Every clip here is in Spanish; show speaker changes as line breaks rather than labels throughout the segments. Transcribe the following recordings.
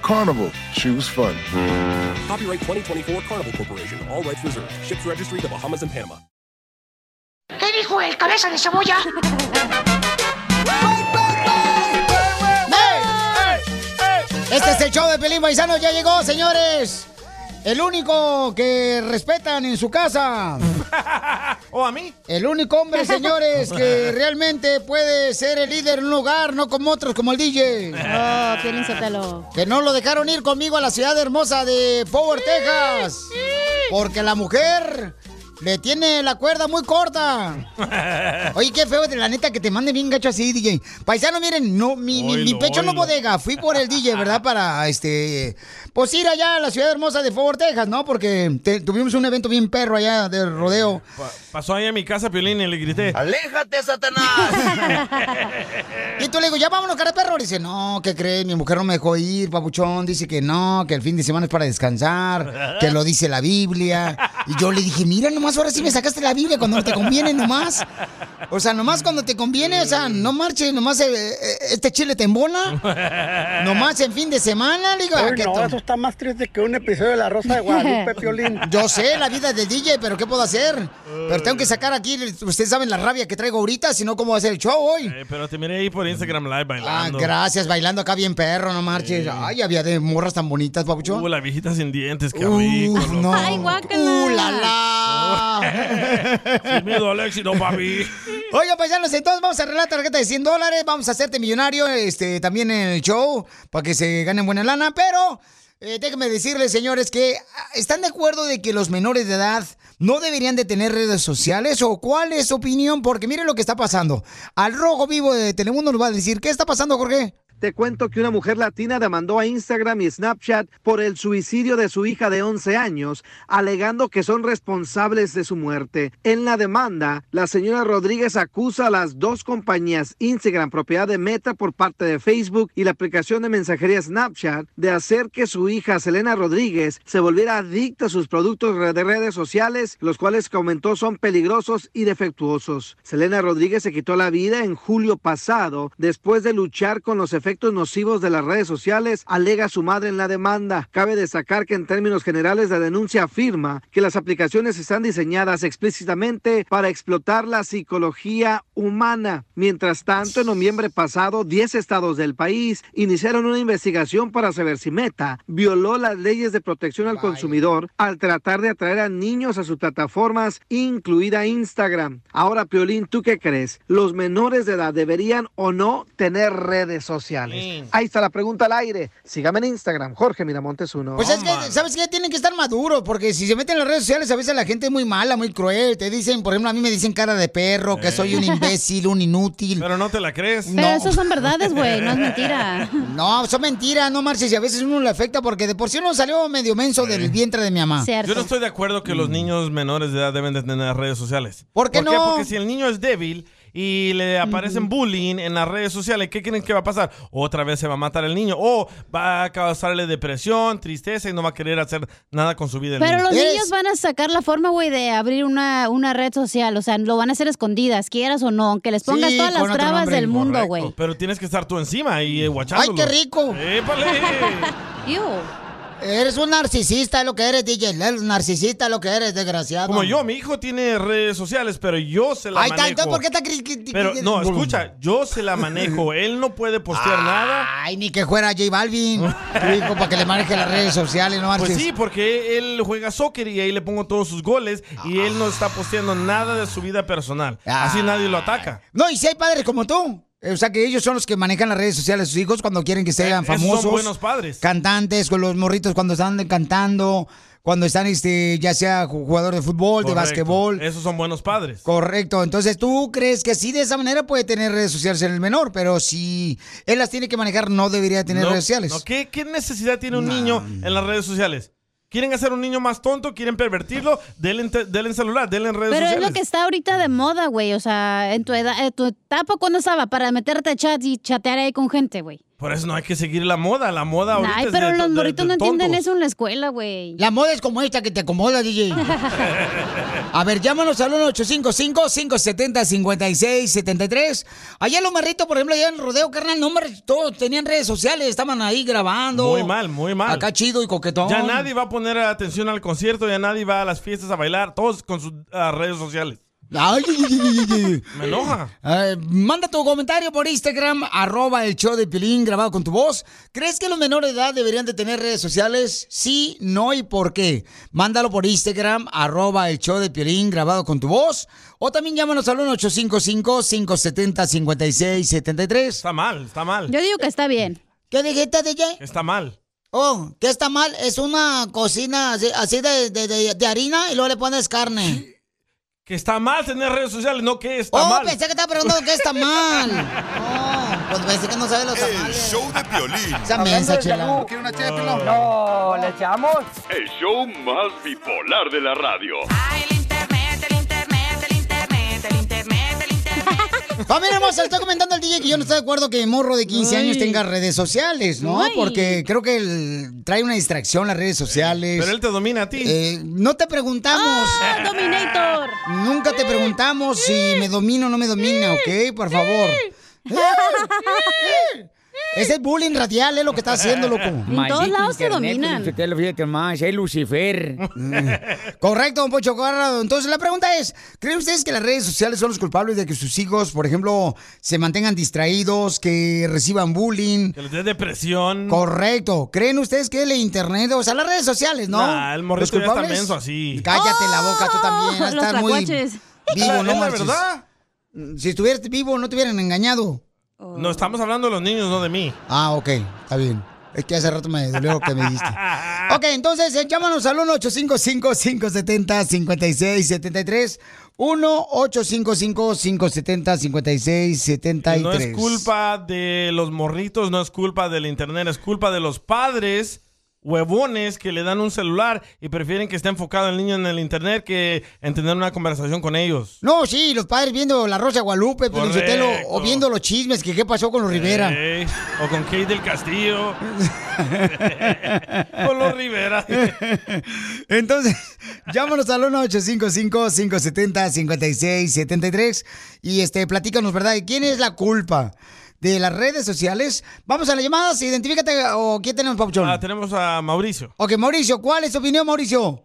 Carnival, choose fun.
Copyright 2024 Carnival Corporation. All rights reserved. Ships registry the Bahamas and Panama.
¿Qué dijo el cabeza de cebolla?
Este es el show de Pelín Paisano, ya llegó, señores. El único que respetan en su casa.
¿O a mí?
El único hombre, señores, que realmente puede ser el líder en un lugar, no como otros, como el DJ.
Oh, Piolín Sotelo.
Que no lo dejaron ir conmigo a la ciudad hermosa de Power, Texas. Porque la mujer le tiene la cuerda muy corta. Oye, qué feo, de la neta, que te mande bien gacho así, DJ. Paisano, miren, no, mi, mi- mi
Oilo,
pecho no
oilo.
bodega. Fui por el DJ, ¿verdad? Para, este, pues ir allá a la ciudad hermosa de Fort Worth, Texas, ¿no? Porque te- tuvimos un evento bien perro allá de rodeo.
Pa- pasó ahí a mi casa, Piolín, y le grité.
¡Aléjate, Satanás! y tú le digo, ya vámonos, cara de perro. Dice, no, ¿qué crees? Mi mujer no me dejó ir, papuchón. Dice que no, que el fin de semana es para descansar, que lo dice la Biblia. Y yo le dije, mira, nomás ahora sí me sacaste la Biblia cuando te conviene, nomás. O sea, nomás cuando te conviene, o sea, no marches, nomás eh, eh, este chile te embola. Nomás en fin de semana, le digo.
Uy,
¿a qué
no,
to-
eso está más triste que un episodio de La Rosa de Guadalupe, Piolín.
Yo sé la vida del DJ, pero ¿qué puedo hacer? Pero tengo que sacar aquí, ustedes saben la rabia que traigo ahorita, si no, ¿cómo va a ser el show hoy?
Eh, pero te miré ahí por Instagram Live
Ah,
bailando.
gracias, bailando acá bien perro, no marches. Ay, había de morras tan bonitas, papucho.
Uh, la viejita sin dientes, qué rico.
Uf, no. Ay, guácala. Uh, la,
Sin miedo al éxito, papi.
Oiga, paisanos, entonces vamos a arreglar la tarjeta de 100 dólares, vamos a hacerte millonario, este, también en el show, para que se ganen buena lana, pero eh, déjenme decirles, señores, que ah, ¿están de acuerdo de que los menores de edad no deberían de tener redes sociales? ¿O cuál es su opinión? Porque miren lo que está pasando. Al rojo vivo de Telemundo nos va a decir, ¿qué está pasando, Jorge?
Te cuento que una mujer latina demandó a Instagram y Snapchat por el suicidio de su hija de 11 años, alegando que son responsables de su muerte. En la demanda, la señora Rodríguez acusa a las dos compañías Instagram, propiedad de Meta por parte de Facebook y la aplicación de mensajería Snapchat, de hacer que su hija Selena Rodríguez se volviera adicta a sus productos de redes sociales, los cuales comentó son peligrosos y defectuosos. Selena Rodríguez se quitó la vida en julio pasado después de luchar con los efectos nocivos de las redes sociales, alega su madre en la demanda. Cabe destacar que en términos generales la denuncia afirma que las aplicaciones están diseñadas explícitamente para explotar la psicología humana. Mientras tanto, en noviembre pasado, 10 estados del país iniciaron una investigación para saber si Meta violó las leyes de protección al consumidor al tratar de atraer a niños a sus plataformas, incluida Instagram. Ahora, Piolín, ¿tú qué crees? ¿Los menores de edad deberían o no tener redes sociales? Ahí está la pregunta al aire. Sígame en Instagram, Jorge Miramontes uno.
Pues es que, ¿sabes qué? Tienen que estar maduros, porque si se meten en las redes sociales, a veces la gente es muy mala, muy cruel. Te dicen, por ejemplo, a mí me dicen cara de perro, que
Eh.
soy un imbécil, un inútil.
Pero no te la crees.
No.
Pero eso son verdades, güey, no es mentira.
No, son mentiras, no marches, y a veces uno le afecta, porque de por sí uno salió medio menso del vientre de mi mamá.
Yo no estoy de acuerdo que los niños menores de edad deben de tener redes sociales.
Mm. ¿Por qué no?
Porque si el niño es débil y le aparecen bullying en las redes sociales, ¿qué creen que va a pasar? Otra vez se va a matar el niño o va a causarle depresión, tristeza y no va a querer hacer nada con su vida. el
Pero
niño.
los niños van a sacar la forma, güey, de abrir una, una red social. O sea, lo van a hacer escondidas, quieras o no, aunque les pongas
Sí,
todas
con
las
otro
trabas
nombre.
del mundo,
Correcto,
güey.
Pero tienes que estar tú encima y eh, guachándolo.
¡Ay, qué rico!
¡Épale!
Ew.
Eres un narcisista, es lo que eres, DJ. Eres un narcisista, es lo que eres, desgraciado.
Como yo, mi hijo tiene redes sociales, pero yo se la
Ahí
manejo.
está, entonces, ¿por qué está cri- cri-
Pero
cri-
no, escucha, yo se la manejo. Él no puede postear nada.
Ay, ni que fuera J Balvin, tu hijo, para que le maneje las redes sociales, no
Pues
marches.
sí, porque él juega soccer y ahí le pongo todos sus goles y él no está posteando nada de su vida personal.
Ah.
Así nadie lo ataca.
No, y si hay padres como tú. eh, O sea, que ellos son los que manejan las redes sociales de sus hijos cuando quieren que sean
Eh, esos son
famosos.
buenos padres.
Cantantes, con los morritos cuando están cantando, cuando están, este, ya sea jugador de fútbol, de
Correcto.
básquetbol.
Esos son buenos padres.
Correcto, entonces tú crees que sí de esa manera puede tener redes sociales en el menor, pero si él las tiene que manejar no debería tener
No,
redes sociales.
no, ¿Qué, qué necesidad tiene un niño en las redes sociales? ¿Quieren hacer un niño más tonto? ¿Quieren pervertirlo? Denle, en te- denle en celular, denle en redes
Pero es
sociales.
lo que está ahorita de moda, güey. O sea, en tu edad, en tu etapa cuando estaba para meterte a chat y chatear ahí con gente, güey.
Por eso no hay que seguir la moda. La moda ahorita
Ay,
es
pero
de to-
los
de-
morritos
de
no entienden
tontos.
eso en la escuela, güey.
La moda es como esta que te acomoda, DJ. A ver, llámanos al 1-855-570-5673. Allá los marritos, por ejemplo, allá en el rodeo, carnal, no, hombre, todos tenían redes sociales, estaban ahí grabando.
Muy mal, muy mal.
Acá chido y coquetón.
Ya nadie va a poner atención al concierto, ya nadie va a las fiestas a bailar, todos con sus ah, redes sociales.
Ay, ay, ay, ay, ay.
Me enoja.
Eh, manda tu comentario por Instagram, arroba el show de Pilín grabado con tu voz. ¿Crees que los menores de edad deberían de tener redes sociales? Sí, no y por qué. Mándalo por Instagram, arroba el show de Pilín grabado con tu voz. O también llámanos al 1-855-570-5673.
Está mal, está mal.
Yo digo que está bien.
¿Qué dijiste, DJ?
Está mal.
Oh, ¿qué está mal? Es una cocina así, así de, de- de- de harina y luego le pones carne.
Que está mal tener redes sociales, no que está
Oh,
mal.
pensé que estaba preguntando qué está mal. Oh, pues pensé que no sabe los
El
tamales.
show de violín.
Esa mensa, chela.
una No, ¿le echamos?
El show más bipolar de la radio.
Familia hermosa, está comentando el DJ que yo no estoy de acuerdo que morro de 15
Ay.
años tenga redes sociales, ¿no?
Ay.
Porque creo que el- trae una distracción las redes sociales.
Pero él te domina a ti.
Eh, no te preguntamos.
¡Ah, Dominator!
Nunca te preguntamos si me domina o no me domina, ¿ok? Por favor. Ese es bullying radial, es lo que está haciendo, loco.
En todos lados se dominan.
Usted lo fíjate más, es Lucifer.
Correcto, don Poncho Corrado. Entonces la pregunta es, ¿creen ustedes que las redes sociales son los culpables de que sus hijos, por ejemplo, se mantengan distraídos, que reciban bullying?
Que les dé depresión.
Correcto. ¿Creen ustedes que el internet, o sea, las redes sociales, no?
Nah, el morrito
¿Los
ya está
culpables?
menso así.
Cállate la boca, tú también. Vas a
Los
estar muy
tlacuaches.
Es la-
vivo, ¿no?
es la
marches.
verdad.
Si estuvieras vivo, no te hubieran engañado.
No estamos hablando de los niños, no de mí.
Ah, ok, está bien. Es que hace rato me dolió lo que me diste. Ok, entonces eh, llámanos al 1-855-570-5673. 1-855-570-5673.
No es culpa de los morritos, no es culpa del internet, es culpa de los padres huevones que le dan un celular y prefieren que esté enfocado el niño en el internet que en tener una conversación con ellos.
No, sí, los padres viendo La Rosa de Guadalupe, Piolín Sotelo,
Correcto.
o viendo los chismes, que qué pasó con los Rivera.
Ey, o con Kate del Castillo. con los Rivera.
Entonces, llámanos al 1-855-570-5673 y este, platícanos, ¿verdad? ¿De quién es la culpa? ¿De las redes sociales? Vamos a las llamadas, identifícate o ¿qué tenemos, Pauchón?
Ah, tenemos a Mauricio.
ok, Mauricio, ¿cuál es tu opinión, Mauricio?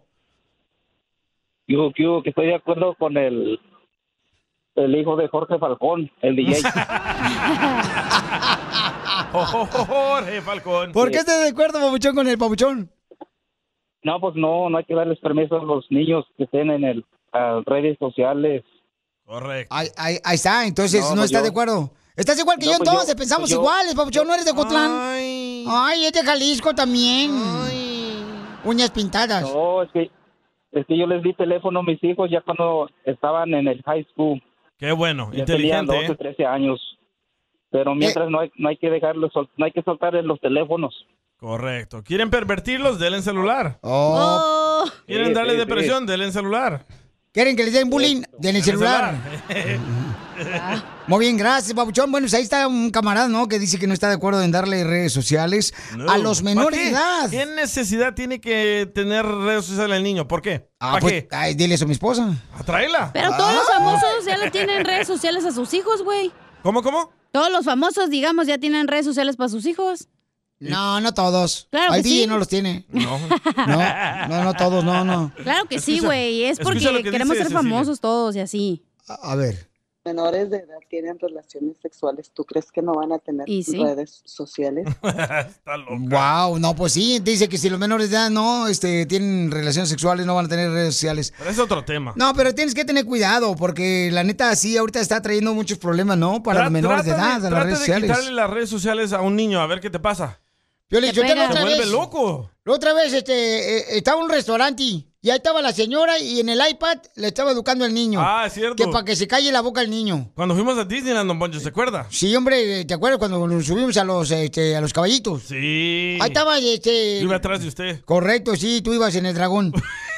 Digo que hubo, que estoy de acuerdo con el el hijo de Jorge Falcón, el DJ.
Ah, oh, Jorge Falcón.
¿Por qué estás de acuerdo, Papuchón, con el Papuchón?
no, pues no, no hay que darles permiso a los niños que estén en el a redes sociales.
Correcto.
Ahí, ahí- ahí está, entonces
No,
no,
pues
estás
yo-
de acuerdo. Estás igual que
No,
yo,
pues yo-
entonces, pensamos
pues yo-
iguales, Papuchón, no eres de Cotlán.
Ay.
Ay, es de Jalisco también. Uñas pintadas.
No, es que es que yo les di teléfono a mis hijos ya cuando estaban en el high school,
Qué bueno,
ya tenían
inteligente.
12,
¿eh?
13 años.
Eh.
Pero mientras no hay, no hay que dejarlos, sol- no hay que soltarles los teléfonos.
Correcto. ¿Quieren pervertirlos? Denle en celular.
Oh,
Oh,
¿Quieren
Sí,
darle
sí, sí.
depresión? Denle en celular.
¿Quieren que les den bullying? Den el
En el
celular. Muy bien, gracias, Papuchón. Bueno, pues ahí está un camarada, ¿no? Que dice que no está de acuerdo en darle redes sociales
No.
a los menores
¿Para
de edad.
qué? ¿Qué necesidad tiene que tener redes sociales el niño? ¿Por qué?
Ah,
¿Para
pues,
qué? Ah.
ay, dile eso a mi esposa.
¿Atraela?
pero todos los famosos ya le tienen redes sociales a sus hijos, güey.
¿Cómo, cómo?
Todos los famosos, digamos, ya tienen redes sociales para sus hijos.
No, no todos.
Claro
Hay
que
DJ
sí.
no los tiene. No. No, no, todos, no, no.
Claro que sí,
Escucha-
güey. Es porque
escucha lo que
queremos
dice
ser
Cecilia.
famosos todos y así.
A, a ver.
menores de edad tienen relaciones sexuales, ¿tú crees que no van a tener
Y sí.
redes sociales?
Wow, no, pues sí, dice que si los menores ya no este, tienen relaciones sexuales, no van a tener redes sociales.
Pero es otro tema.
No, pero tienes que tener cuidado, porque la neta sí, ahorita está trayendo muchos problemas, ¿no? Para
Tra-
los menores de
trata
edad, a las
trata
redes
de
sociales.
quitarle las redes sociales a un niño, a ver qué te pasa.
Yo le
Te
yo te la
pega.
otra
Te
vez-
vuelve loco.
La otra vez este, eh, estaba en un restaurante y ahí estaba la señora y en el iPad le estaba educando al niño.
Ah, es cierto.
Que para que se calle la boca el niño.
Cuando fuimos a Disneyland, Don Poncho, ¿se acuerda?
Sí, hombre, eh, ¿te acuerdas cuando nos subimos a los, este, a los caballitos?
Sí.
Ahí estaba este...
Yo iba atrás de usted.
Correcto, sí, tú ibas en el dragón.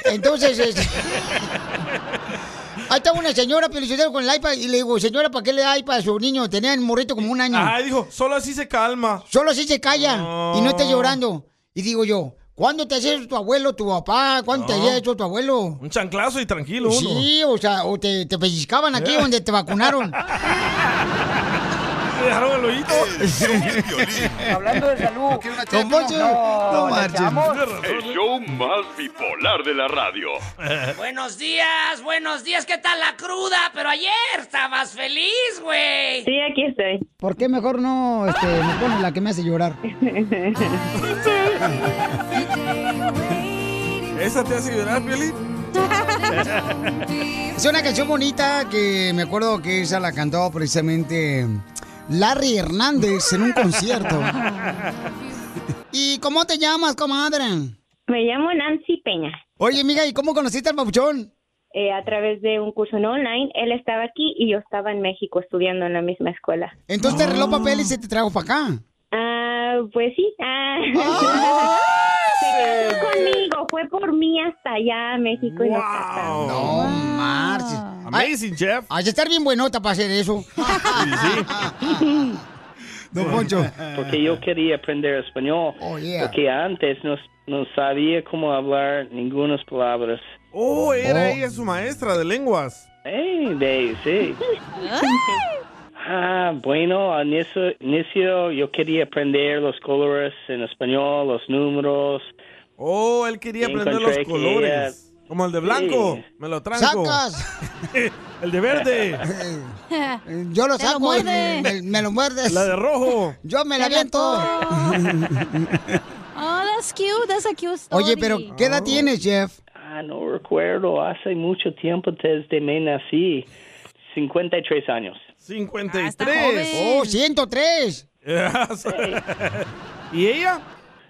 Entonces, este, ahí estaba una señora pelicotero con el iPad y le digo, señora, ¿para qué le da iPad a su niño? Tenía un morrito como un año.
Ah, dijo, solo así se calma.
Solo así se calla y no está llorando. Y digo yo, ¿cuándo te hacía eso tu abuelo, tu papá? ¿Cuándo te
No.
hacía eso tu abuelo?
Un chanclazo y tranquilo uno.
Sí, Eh. o sea, o te, te pellizcaban aquí
Yeah.
donde te vacunaron.
Le dejaron el oído.
Hablando de salud.
Don Poncho, no, marches.
El show más bipolar de la radio.
Buenos días, buenos días, ¿qué tal la cruda? Pero ayer estabas feliz, güey.
Sí, aquí estoy. ¿Por qué mejor no este, me pones la que me hace llorar?
¿Esa te hace llorar, Piolín?
Es una canción bonita que me acuerdo que ella la cantó precisamente Larry Hernández en un concierto. ¿Y cómo te llamas, comadre?
Me llamo Nancy Peña.
Oye, amiga, ¿y cómo conociste al papuchón?
eh, a través de un curso en online. Él estaba aquí y yo estaba en México estudiando en la misma escuela.
Entonces te arregló papel y se te trajo para acá.
Ah, pues sí. Ah. Se casó conmigo. Fue por mí hasta allá a México y nos casamos.
No marches.
Amazing, Jeff.
Hay que estar bien buenota para hacer eso. Don Poncho. Oh,
Porque yo quería aprender español.
yeah.
Porque antes no, no sabía cómo hablar ninguna palabra.
Oh, era
Oh.
ella su maestra de lenguas.
Eh, de, sí. Ah, bueno, al inicio, inicio yo quería aprender los colores en español, los números.
Oh, él quería aprender los colores. Como el de blanco, me lo tranco.
¡Sacas!
el de verde.
Yo lo
Te lo
saco,
muerde.
me, me- me lo muerdes.
La de rojo.
Yo me la
Te
aviento.
Oh, that's cute, that's a cute story.
Oye, pero ¿qué
Oh.
Oh.
edad tienes, Jeff?
Ah, no recuerdo, hace mucho tiempo desde me nací, 53 años. Ah,
53.
¡Oh, 103!
¿Y ella?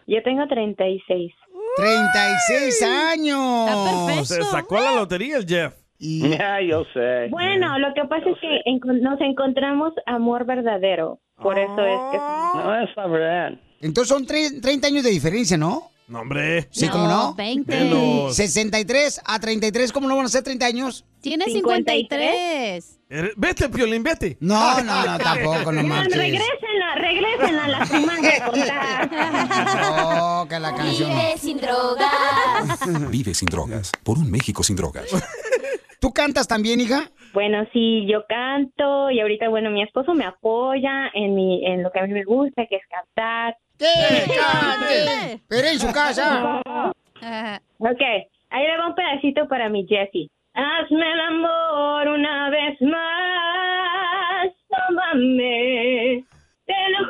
Yo tengo 36.
36 años.
Se sacó la lotería el Jeff.
Ya, yo sé.
Bueno, lo que pasa es que encon- nos encontramos amor verdadero. Por eso es que...
Ah.
No, es la verdad.
Entonces son tre- 30 años de diferencia, ¿no?
No, hombre.
Sí, ¿cómo no?
20.
Menos.
63 a 33, ¿cómo no van a ser 30 años?
Tienes 53.
Eres- Vete, Piolín, vete.
No, Oh, no, no, tampoco, no marches.
Regrésenla, regrésenla a la semana.
Oh, que la canción.
sin drogas.
Vive sin drogas. Por un México sin drogas.
¿Tú cantas también, hija?
Bueno, sí, yo canto y ahorita, bueno, mi esposo me apoya en, mi, en lo que a mí me gusta, que es cantar.
¡Que cante! Pero en su casa.
Ok, ahí le va un pedacito para mi Jesse. Hazme el amor una vez más, tómame, te lo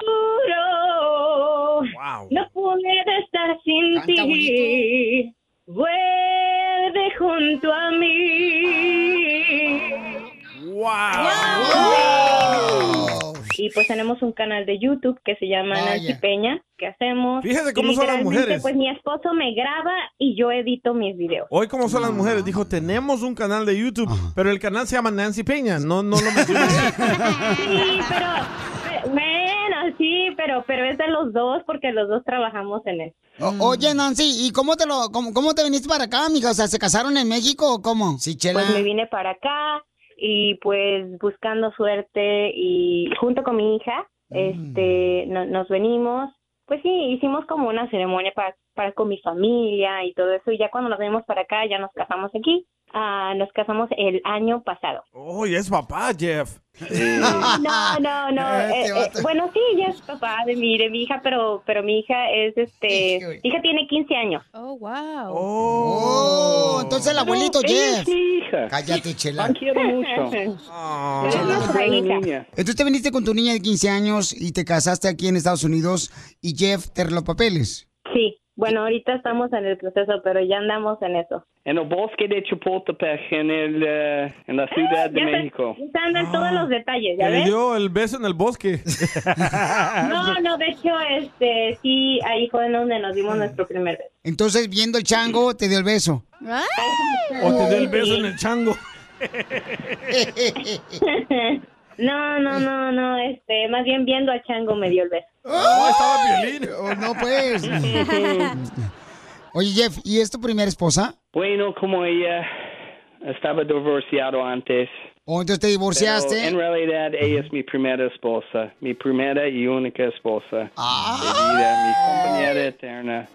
juro. No puedo estar sin ti. Vuelve junto a mí. Y pues tenemos un canal de YouTube que se llama
Vaya.
Nancy Peña, que hacemos.
Fíjese cómo
Y
son las
literalmente,
mujeres.
Pues mi esposo me graba y yo edito mis videos.
Hoy, como son las mujeres, dijo, tenemos un canal de YouTube, pero el canal se llama Nancy Peña. No, no lo mencioné.
Sí, pero pe- bueno, sí, pero pero es de los dos porque los dos trabajamos en él.
O- oye, Nancy, ¿y cómo te lo, cómo, cómo te viniste para acá, mija? O sea, ¿se casaron en México o cómo? Sí, chela.
Pues me vine para acá y pues buscando suerte y junto con mi hija,
Mm.
este, no- nos venimos. Pues sí, hicimos como una ceremonia para, para con mi familia y todo eso. Y ya cuando nos venimos para acá, ya nos casamos aquí. Ah, nos casamos el año pasado.
Oye, es papá, Jeff.
No, no, no. eh,
este
eh, bueno, sí, ya es papá de mi, de mi hija, pero, pero mi hija es, este, mi hija tiene 15 años.
Oh, wow.
Oh, entonces el abuelito
Pero ella es
Jeff.
mi hija.
Cállate, chela.
La quiero mucho.
Ah.
Pero es nuestra hija.
Entonces te viniste con tu niña de 15 años y te casaste aquí en Estados Unidos y Jeff te arregló los papeles.
Sí, bueno, ahorita estamos en el proceso, pero ya andamos en eso.
En el bosque de Chapultepec, en, el, eh, en la Ciudad de
Ya está-
México.
ya Están en
Ah.
todos los detalles, ¿ya
Que le
ves?
dio el beso en el bosque.
Ah, pues.
No, no, de hecho, este, sí, ahí fue en donde nos dimos nuestro primer beso.
Entonces viendo el chango te dio el beso.
O te dio el beso en el chango.
No, no, no, no, este, más bien viendo al chango me dio el beso.
¡Oh! No, estaba
Ah,
violín. no, pues. Oye, Jeff, ¿y es tu primera esposa?
Bueno, como ella estaba divorciado antes.
¿O entonces te divorciaste?
Pero en realidad ella es mi primera esposa, mi primera y única esposa.
Ah.
De vida, mi compañera eterna.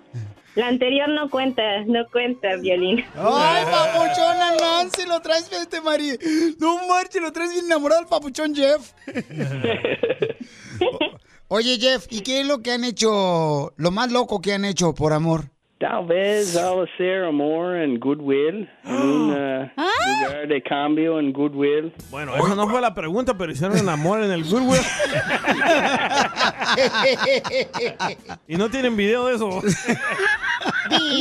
La anterior no cuenta, no cuenta, violín.
Ay, papuchona Nancy, lo traes bien este marido. No marches, lo traes bien enamorado al papuchón Jeff. Oye, Jeff, ¿y qué es lo que han hecho, lo más loco que han hecho por amor?
Tal vez al hacer amor en Goodwill, en un eh,
Ah.
lugar de cambio en Goodwill.
Bueno, Esa no fue la pregunta, pero hicieron el amor en el Goodwill. Y no tienen video de eso.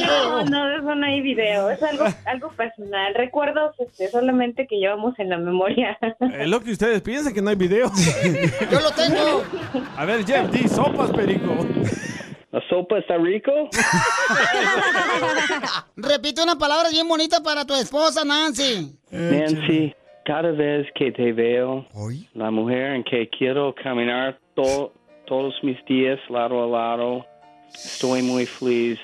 No, no, de eso no hay video, es algo,
Ah.
algo personal. Recuerdos este, solamente que llevamos en la memoria.
Es lo que ustedes piensan que no hay video.
Yo lo tengo.
A ver, Jeff, di sopas, perico.
¿La sopa está rico?
Repite una palabra bien bonita para tu esposa, Nancy.
Nancy, cada vez que te veo, la mujer en que quiero caminar to- todos mis días lado a lado, estoy muy feliz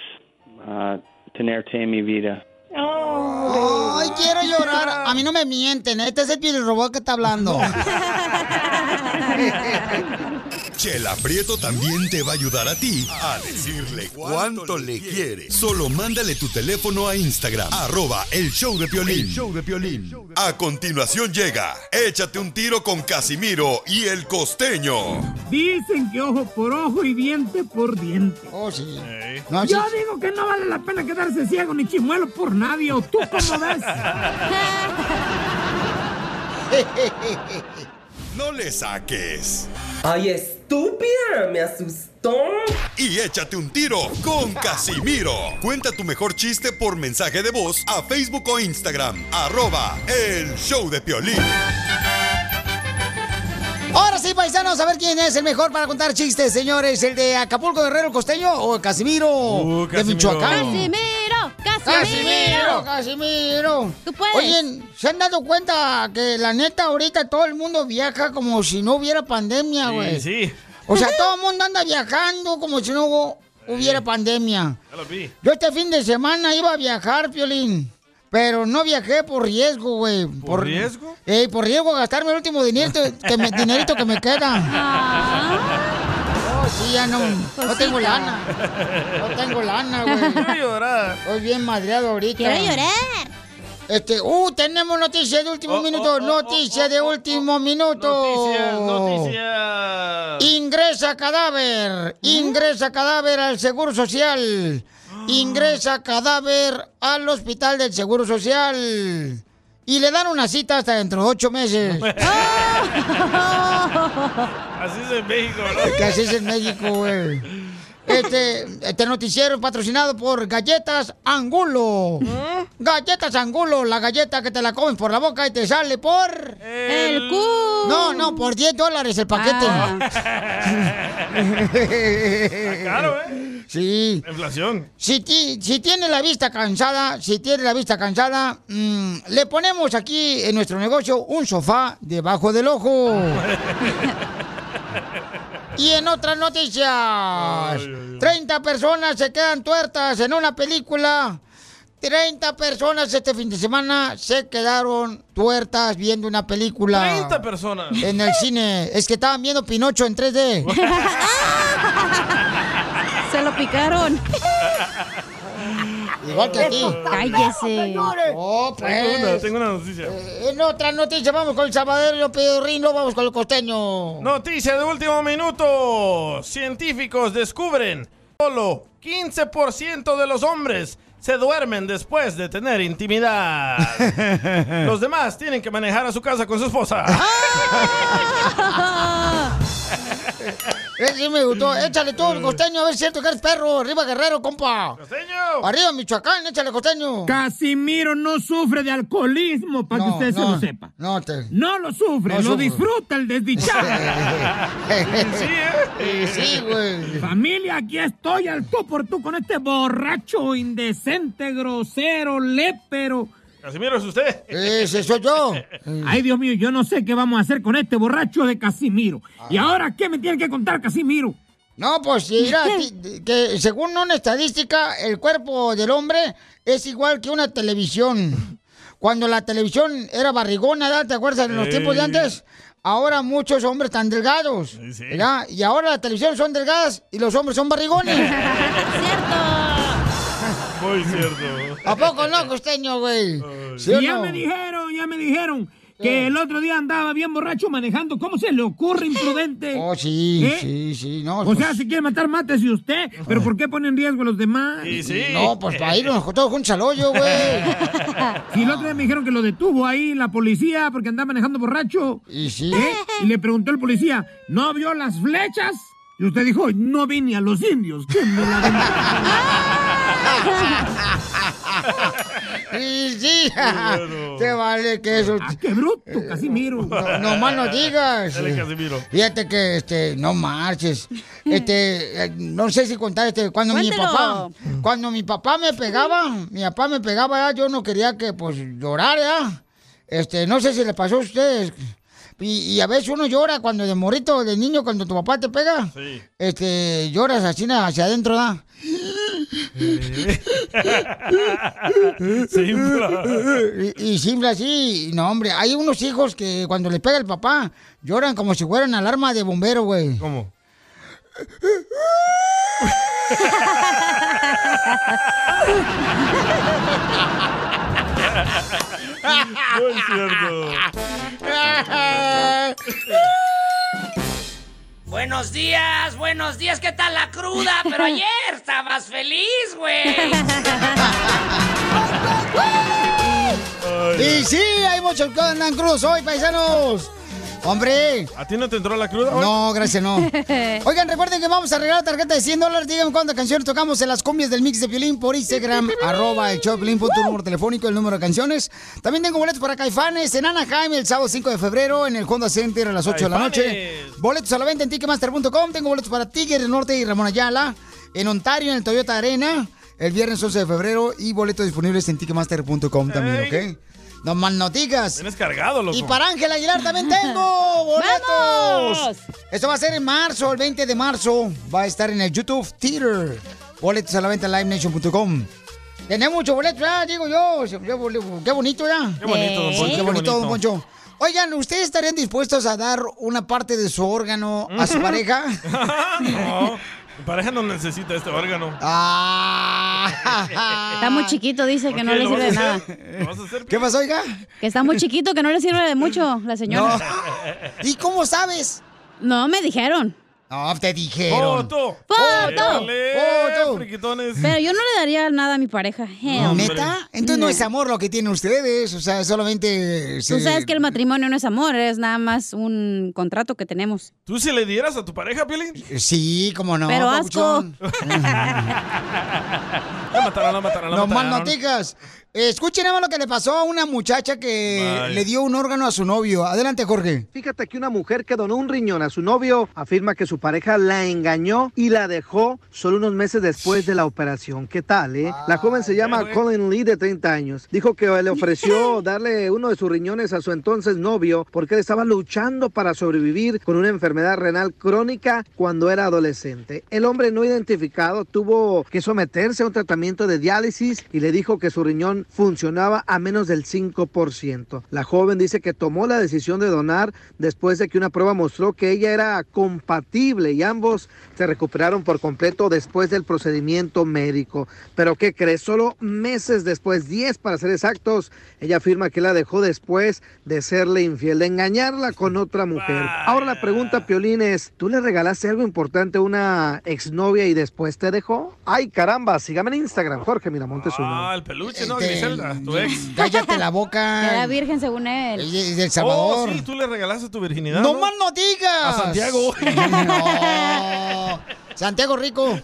ah, tenerte en mi vida.
Ay, quiero llorar. A mí no me mienten. Este es el robot que está hablando.
Chela Prieto también te va a ayudar a ti a decirle cuánto le quiere. Solo mándale tu teléfono a Instagram, arroba el show de Piolín.
El
show de A continuación llega, échate un tiro con Casimiro y el costeño.
Dicen que ojo por ojo y diente por diente.
Oh, sí.
No,
Yo
sí.
digo que no vale la pena quedarse ciego ni chimuelo por nadie. ¿O tú cómo ves?
No le saques. ¡Ay, estúpida! Me asustó. Y échate un tiro con Casimiro. Cuenta tu mejor chiste por mensaje de voz a Facebook o Instagram. Arroba el show de Piolín.
Ahora sí, paisanos, a ver quién es el mejor para contar chistes, señores. ¿El de Acapulco Guerrero Costeño o Casimiro
Uh,
de Michoacán?
¡Casimiro!
Casimiro,
¡Casimiro!
Casimiro.
Tú puedes.
Oye, ¿se han dado cuenta que la neta ahorita todo el mundo viaja como si no hubiera pandemia,
Sí,
Ah, güey?
sí.
O sea, todo el mundo anda viajando como si no hubo- hubiera pandemia.
Ya lo vi.
Yo este fin de semana iba a viajar, Piolín. Pero no viajé por riesgo, güey. ¿Por,
riesgo?
Eh, por riesgo a gastarme el último dinerito que me, dinerito que me
Ah.
queda. No, sí, ya no. No tengo lana. No tengo lana, güey.
Quiero llorar.
Estoy bien madreado ahorita.
Quiero llorar.
Este, uh, tenemos noticias de
Oh,
último minuto. noticias de último minuto.
Noticias, noticias. ¿Mm?
Ingresa cadáver, ingresa cadáver al Seguro Social, ingresa cadáver al Hospital del Seguro Social y le dan una cita hasta dentro de ocho meses.
Así es en México, ¿no?
Que así es en México, güey. Este, este noticiero es patrocinado por Galletas Angulo. Galletas Angulo, la galleta que te la comes por la boca y te sale por... El
culo.
No, no, por 10 dólares el paquete.
Ah.
Claro, ¿eh?
Sí.
Inflación.
Si, ti- si tiene la vista cansada, si tiene la vista cansada, mm, le ponemos aquí en nuestro negocio un sofá debajo del ojo. y en otras noticias, 30 personas se quedan tuertas en una película. 30 personas este fin de semana se quedaron tuertas viendo una película.
30 personas.
En el cine. Es que estaban viendo Pinocho en 3D. Se lo picaron. Igual que aquí.
Eso,
¡Cállese! ¡Oh,
Tengo una,
pues!
tengo una noticia.
En otra noticia, vamos con el salvadoreño pedorrino, vamos con el costeño.
Noticia de último minuto. Científicos descubren solo 15% de los hombres se duermen después de tener intimidad.
Eh.
Los demás tienen que manejar a su casa con su esposa.
Ese Eh, sí me gustó. Échale tú, el costeño, a ver si es cierto que eres perro. Arriba, guerrero, compa.
¡Costeño!
Arriba, Michoacán, échale, costeño.
Casimiro no sufre de alcoholismo, para que
No,
usted se
no,
lo sepa.
No, te...
No lo sufre,
No
lo
sufro.
disfruta el desdichado.
Y sí, güey.
Familia, aquí estoy al tú por tú con este borracho indecente, grosero, lépero.
Casimiro, ¿es usted?
Ese soy yo.
Ay, Dios mío, yo no sé qué vamos a hacer con este borracho de Casimiro. ¿Y ahora qué me tiene que contar Casimiro?
Ah. No, pues mira, ti- que según una estadística, el cuerpo del hombre es igual que una televisión. Cuando la televisión era barrigona, ¿verdad? ¿te acuerdas? En los
Sí.
tiempos de antes, ahora muchos hombres están delgados. ¿verdad? Y ahora la televisión son delgadas y los hombres son barrigones.
Muy cierto.
¿A poco no, costeño, güey? ¿Sí o
ya
no?
me dijeron, ya me dijeron que el otro día andaba bien borracho manejando. ¿Cómo se le ocurre, imprudente?
Oh, sí,
¿Eh?
sí, sí, no.
O
pues-
sea, si quiere matar, mátese usted. Pero ¿por qué pone en riesgo a los demás?
No, pues para irnos todos juntos al hoyo, güey.
Si el otro día me dijeron que lo detuvo ahí la policía porque andaba manejando borracho. ¿eh?
Y sí.
Y le preguntó el policía, ¿no vio las flechas? Y usted dijo, no vi ni a los indios. ¿Qué me la
Y sí, te vale que eso.
¿Eh? Ah, qué bruto, Casimiro!
No, no más no digas.
Dale, Casimiro.
Fíjate que, este, no marches. Este, eh, no sé si contar, este, cuando mi
Cuéntelo.
papá, cuando mi papá me pegaba, mi papá me pegaba, ya, yo no quería que, pues, llorar, ya. Este, no sé si le pasó a ustedes. Y, y a veces uno llora cuando de morrito, de niño, cuando tu papá te pega.
Sí.
Este, lloras así na- hacia adentro, ¿da?
Se infla.
Y, y se infla así. y No, hombre, hay unos hijos que cuando les pega el papá lloran como si fueran alarma de bombero, güey.
¿Cómo?
Muy cierto.
Buenos días, buenos días, ¿qué tal la cruda? Pero ayer estabas feliz, güey.
Y sí, hay muchos que andan cruz hoy, paisanos. Hombre.
¿A ti no te entró la cruda? hoy?
No, gracias, no. Oigan, recuerden que vamos a regalar tarjeta de 100 dólares. Díganme cuántas canciones tocamos en las cumbias del mix de Piolín por Instagram, arroba el show de Piolín, punto número telefónico, el número de canciones. También tengo boletos para Caifanes en Anaheim el sábado 5 de febrero en el Honda Center a las 8 de la noche.
Caifanes.
Boletos a la venta en Ticketmaster.com. Tengo boletos para Tigre del Norte y Ramón Ayala. En Ontario, en el Toyota Arena, el viernes 11 de febrero. Y boletos disponibles en Ticketmaster.com
Ey.
también, ¿ok? No más noticas.
Vienes cargado, loco.
Y para Ángel Aguilar también tengo boletos. Esto va a ser en marzo, el 20 de marzo. Va a estar en el YouTube Theater. Boletos a la venta en livenation.com. Tenemos muchos boletos ya, digo yo. Qué bonito ya.
Qué bonito, don Poncho,
Sí,
qué
Qué bonito, don
bonito.
Poncho. Oigan, ¿ustedes estarían dispuestos a dar una parte de su órgano a su pareja?
no. Mi pareja no necesita este órgano.
Ah.
Está muy chiquito, dice que no le sirve de nada.
¿Qué pasó, oiga?
Que está muy chiquito, que no le sirve de mucho la señora.
¿Y cómo sabes?
No, me dijeron.
No, te dijeron.
Oh,
¡Foto!
¡Foto!
¡Foto! ¡Friquitones!
Pero yo no le daría nada a mi pareja. Hell.
¿Neta? Entonces no es amor lo que tienen ustedes, o sea, solamente...
Tú
se-
sabes que el matrimonio no es amor, es nada más un contrato que tenemos.
¿Tú si le dieras a tu pareja, Piolín?
Sí, cómo no.
Pero asco.
papuchón.
La mataron, la mataron, la
No más
mataron.
noticas. Escuchen nada más lo que le pasó a una muchacha que
Vaya.
le dio un órgano a su novio. Adelante, Jorge.
Fíjate que una mujer que donó un riñón a su novio afirma que su pareja la engañó y la dejó solo unos meses después de la operación. ¿Qué tal, eh? La joven se llama Colin Lee, de 30 años. Dijo que le ofreció darle uno de sus riñones a su entonces novio porque él estaba luchando para sobrevivir con una enfermedad renal crónica cuando era adolescente. El hombre no identificado tuvo que someterse a un tratamiento de diálisis y le dijo que su riñón funcionaba a menos del 5%. La joven dice que tomó la decisión de donar después de que una prueba mostró que ella era compatible y ambos se recuperaron por completo después del procedimiento médico. Pero ¿qué crees? Solo meses después, 10 para ser exactos, ella afirma que la dejó después de serle infiel, de engañarla con otra mujer. Ahora la pregunta, Piolín, es, ¿tú le regalaste algo importante a una exnovia y después te dejó? Ay, caramba, sígame en Instagram, Jorge Miramontes uno.
Ah, el peluche,
Eh,
¿no? Griselda, tu ex.
Cállate la
Era
boca.
virgen según él.
Ah. El Salvador.
Oh, sí, tú le regalaste tu virginidad.
No más no digas.
A Santiago.
No. Santiago Rico.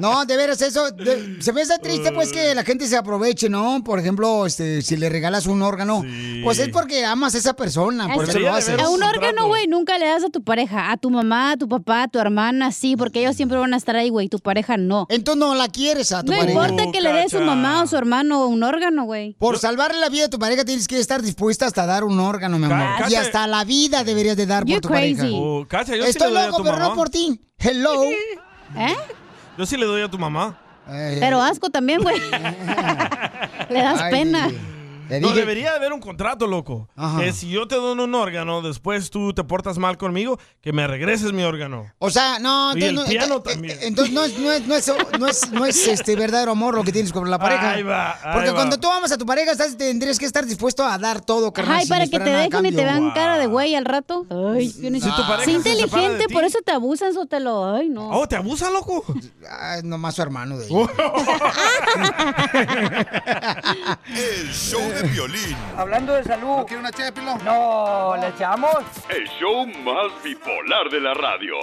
No, de veras, eso. de- se me hace triste, pues, que la gente se aproveche, ¿no? Por ejemplo, este, si le regalas un órgano, pues es porque amas a esa persona. Ah, Por eso lo haces.
A un órgano, güey, nunca le das a tu pareja. A tu mamá, a tu papá, a tu hermana, sí, porque ellos siempre van a estar ahí, güey. Tu pareja no.
Entonces no la quieres a
no No importa que le des a su mamá o su hermano un órgano, güey.
Por salvarle la vida a tu pareja tienes que estar dispuesta hasta dar un órgano, mi amor.
Cállate.
Y hasta la vida deberías de dar por tu pareja.
Oh, Cacha, yo
Estoy
sí le doy a
loco,
tu
pero
mamá.
no por ti. Hello.
¿Eh?
Yo sí le doy a tu mamá.
Eh,
Pero asco también, güey. le das
Ay,
pena.
No,
dije-
debería haber un contrato, loco.
Ajá.
Que si yo te dono un órgano, después tú te portas mal conmigo, que me regreses mi órgano.
O sea, no,
Y el
no-
piano
ente-
también.
entonces no es, no es, no es, no es- no es, este verdadero amor lo que tienes con la pareja.
Ahí va, ahí
Porque
va.
cuando tú amas a tu pareja, estás- tendrías que estar dispuesto a dar todo, carnal.
Ay,
sin
para que
esperar
te
nada a
dejen y te
cambio.
vean cara de güey al rato. Ay, yo ni-
Si tu
Sí,
pareja se separa de
inteligente,
ti.
por eso te abusan, Sotelo. Ay, no.
Oh, ¿te abusa, loco? Oh.
Ay, nomás su hermano de
El show de violín.
Hablando de salud. ¿No quiere una ché No, ¿le echamos?
El show más bipolar de la radio.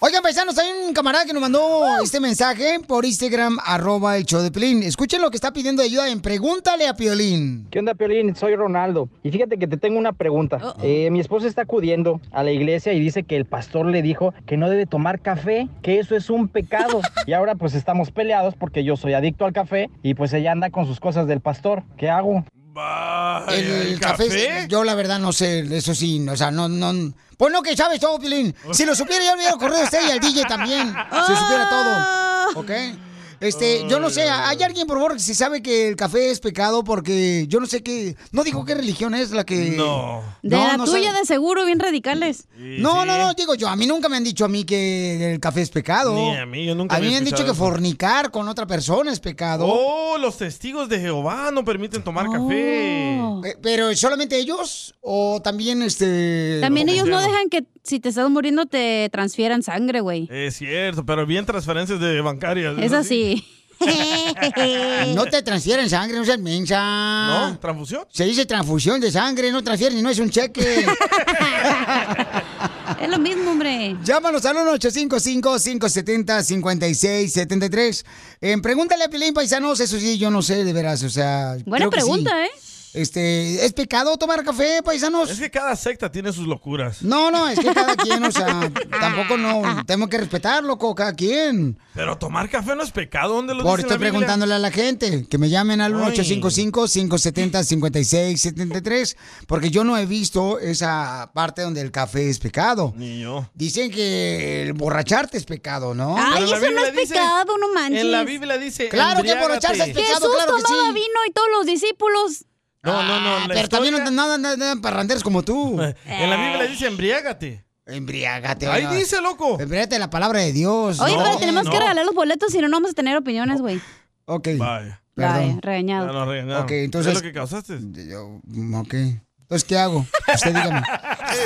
Oigan, paisanos, hay un camarada que nos
Oh.
mandó este mensaje por Instagram, arroba el show de Piolín. Escuchen lo que está pidiendo ayuda en Pregúntale a Piolín.
¿Qué onda, Piolín? Soy Ronaldo. Y fíjate que te tengo una pregunta. Eh, mi esposa está acudiendo a la iglesia y dice que el pastor le dijo que no debe tomar café, que eso es un pecado. y ahora pues estamos peleados porque yo soy adicto al café y pues ella anda con sus cosas del pastor. ¿Qué hago?
El, café, yo la verdad no sé, eso sí, o sea, no, no... Pues no que sabes todo, Piolín. Si lo supiera ya hubiera corrido a usted y al DJ también, si supiera
Ah.
todo, ¿ok? Este, yo no sé,
Ah.
¿hay alguien, por favor, que si sabe que el café es pecado? Porque yo no sé qué... No dijo qué religión es la que...
No.
De la tuya,
de
seguro, bien radicales.
No, no, no, digo yo, a mí nunca me han dicho a mí que el café es pecado.
Ni a mí, yo nunca
A mí
había
me han dicho
escuchado
que
eso.
fornicar con otra persona es pecado.
Oh, los testigos de Jehová no permiten tomar café.
Oh.
Eh, Pero solamente ellos o también este
También ellos no dejan que si te estás muriendo te transfieran sangre, güey.
Es cierto, pero bien transferencias de bancarias.
Es así.
No te transfieren sangre, no seas mensa.
¿No? ¿Transfusión?
Se dice transfusión de sangre, no transfieren y no es un cheque.
es lo mismo, hombre.
Llámanos al 1-855-570-5673. Eh, pregúntale a Pilín Paisanos, eso sí, yo no sé, de veras, o sea...
Buena
creo que sí.
pregunta, ¿eh?
Este, ¿es pecado tomar café, paisanos?
Es que cada secta tiene sus locuras.
No, no, es que cada quien, o sea, tampoco no, tenemos que respetar, loco, cada quien.
Pero tomar café no es pecado. ¿Dónde lo
Por
dice
estoy
la Biblia?
preguntándole a la gente, que me llamen al 1-855-570-5673, porque yo no he visto esa parte donde el café es pecado.
Ni yo.
Dicen que el borracharte es pecado, ¿no?
Ay, Pero la eso no Biblia es dice- pecado, no manches. en la Biblia
dice,
Claro que borracharse es pecado,
Jesús
claro que
tomaba
sí.
vino y todos los discípulos.
No, no, no. la
Ah, Pero también
historia-
no nada, nada, nada parranderos como tú.
En la
Eh.
Biblia dice embriágate.
Embriágate.
Ahí
bueno.
dice, loco.
Embriágate la palabra de
Pues
Dios.
Oye,
¿no?
pero tenemos que regalar los boletos, si no, no vamos a tener opiniones, güey.
Ok.
Vaya.
Vaya,
Perdón.
regañado.
No, no, no.
Ok, entonces-
¿Es lo que causaste?
Mm, Ok. Entonces, ¿qué hago? Usted dígame.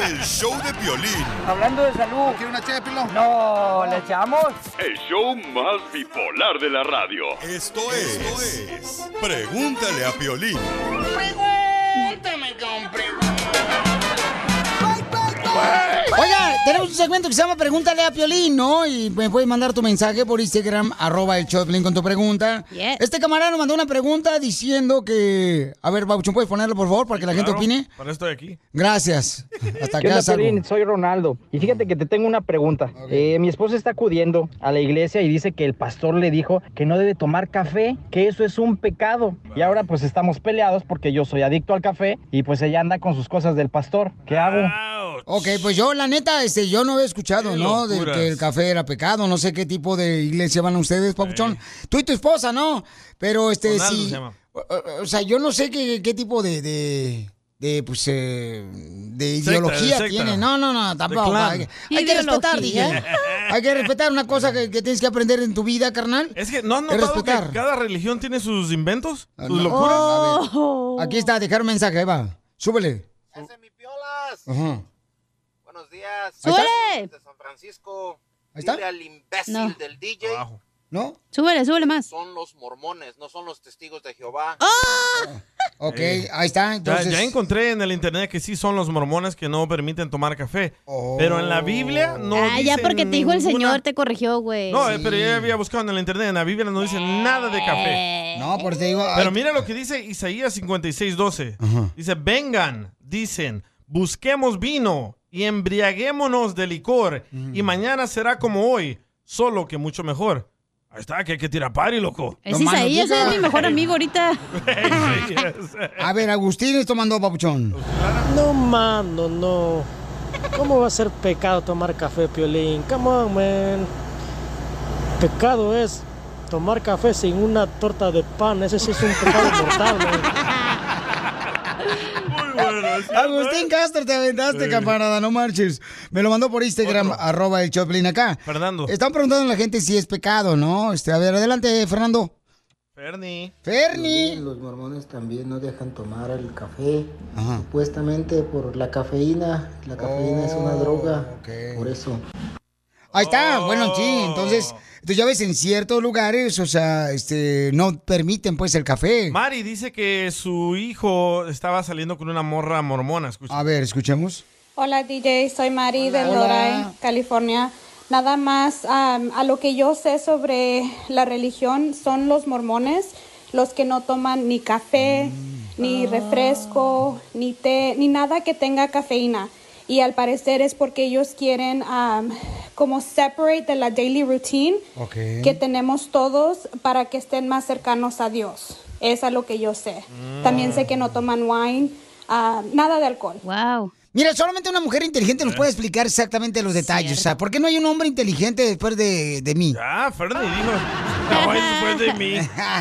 El show de violín.
Hablando de salud. ¿No quiere una ché No, ¿le echamos?
El show más bipolar de la radio.
Esto es. Pregúntale a violín.
Pregúntame,
Oiga, tenemos un segmento que se llama Pregúntale a Piolín, ¿no? Y me puedes mandar tu mensaje por Instagram, arroba el show de Piolín con tu pregunta. Este camarada nos mandó una pregunta diciendo que... A ver, Babuchón, ¿puedes ponerlo, por favor, para que la gente
Claro,
opine?
Para esto de aquí.
Gracias. Hasta acá
¿Qué onda,
salgo.
Piolín? Soy Ronaldo. Y fíjate que te tengo una pregunta. Eh, mi esposa está acudiendo a la iglesia y dice que el pastor le dijo que no debe tomar café, que eso es un pecado. Y ahora pues estamos peleados porque yo soy adicto al café y pues ella anda con sus cosas del pastor. ¿Qué hago?
Ok, pues yo la neta, este, yo no he escuchado,
Qué
¿no? De
locuras.
que el café era pecado, no sé qué tipo de iglesia van ustedes, papuchón. Tú y tu esposa, ¿no? Pero este,
Ronaldo
sí.
se llama.
O, o- o sea, yo no sé qué, qué tipo de, de, de, pues, eh, de
Secta,
ideología
de secta.
tiene. No, no, no, tampoco.
clan.
Hay, que- hay que
Ideología.
respetar, dije. ¿eh? Hay que respetar una cosa que, que tienes que aprender en tu vida, carnal.
Es que no has
Es
notado
respetar.
que cada religión tiene sus inventos, sus
Ah, No.
locuras. Oh.
A ver, Aquí está, dejar un mensaje, ahí va. Súbele. Ese es mi piolas. Ajá.
¡Súbele!
Francisco,
Ahí está.
dile al imbécil
No.
del DJ.
¿No?
Súbele, súbele más.
Son los mormones, no son los testigos de Jehová.
Ok,
Eh,
ahí está. Entonces,
ya, ya encontré en el internet que sí son los mormones que no permiten tomar café.
Oh.
Pero en la Biblia no.
ah, ya
dice
porque te dijo el
ninguna-
señor, te corrigió, güey.
No, eh, pero ya había buscado en el internet. En la Biblia no dice nada de café.
No, por te digo.
Pero
ay,
mira lo que dice Isaías 56, 12. Dice: Vengan, dicen, busquemos vino y embriaguémonos de licor.
Mm.
Y mañana será como hoy, solo que mucho mejor. Ahí está, que hay que tirar pari, loco.
Es Isaías, es mi mejor amigo ahorita.
A ver, Agustín esto mandó papuchón.
No, mano, no. ¿Cómo va a ser pecado tomar café, Piolín? Come on, man. Pecado es tomar café sin una torta de pan. Ese sí es un pecado mortal, man.
Agustín Castro, te aventaste, camarada, no marches. Me lo mandó por Instagram, arroba el Choplin acá.
Fernando.
Están preguntando a la gente si es pecado, ¿no? Este, a ver, adelante, Fernando.
Ferni.
Ferni.
Los mormones también no dejan tomar el café, supuestamente por la cafeína. La cafeína es una droga, por eso.
Ahí está, bueno, sí, entonces, entonces ya ves, en ciertos lugares, o sea, este, no permiten pues el café.
Mari dice que su hijo estaba saliendo con una morra mormona. Escucha.
A ver, Ah, escuchemos.
Hola DJ, soy Mari de
Hola.
Loray, California. Nada más am, a lo que yo sé sobre la religión son los mormones, los que no toman ni café, ni
Mm.
refresco, ni té, ni nada que tenga cafeína. Y al parecer es porque ellos quieren am, como separate de la daily routine
Ok.
que tenemos todos para que estén más cercanos a Dios. Es a lo que yo sé.
Mm.
También sé que no toman wine, ah, nada de alcohol.
Wow.
Mira, solamente una mujer inteligente
Eh.
nos puede explicar exactamente los detalles. O sea, ¿por qué no hay un hombre inteligente después de, de mí?
Ah, Ferni dijo. "No, es después de mí.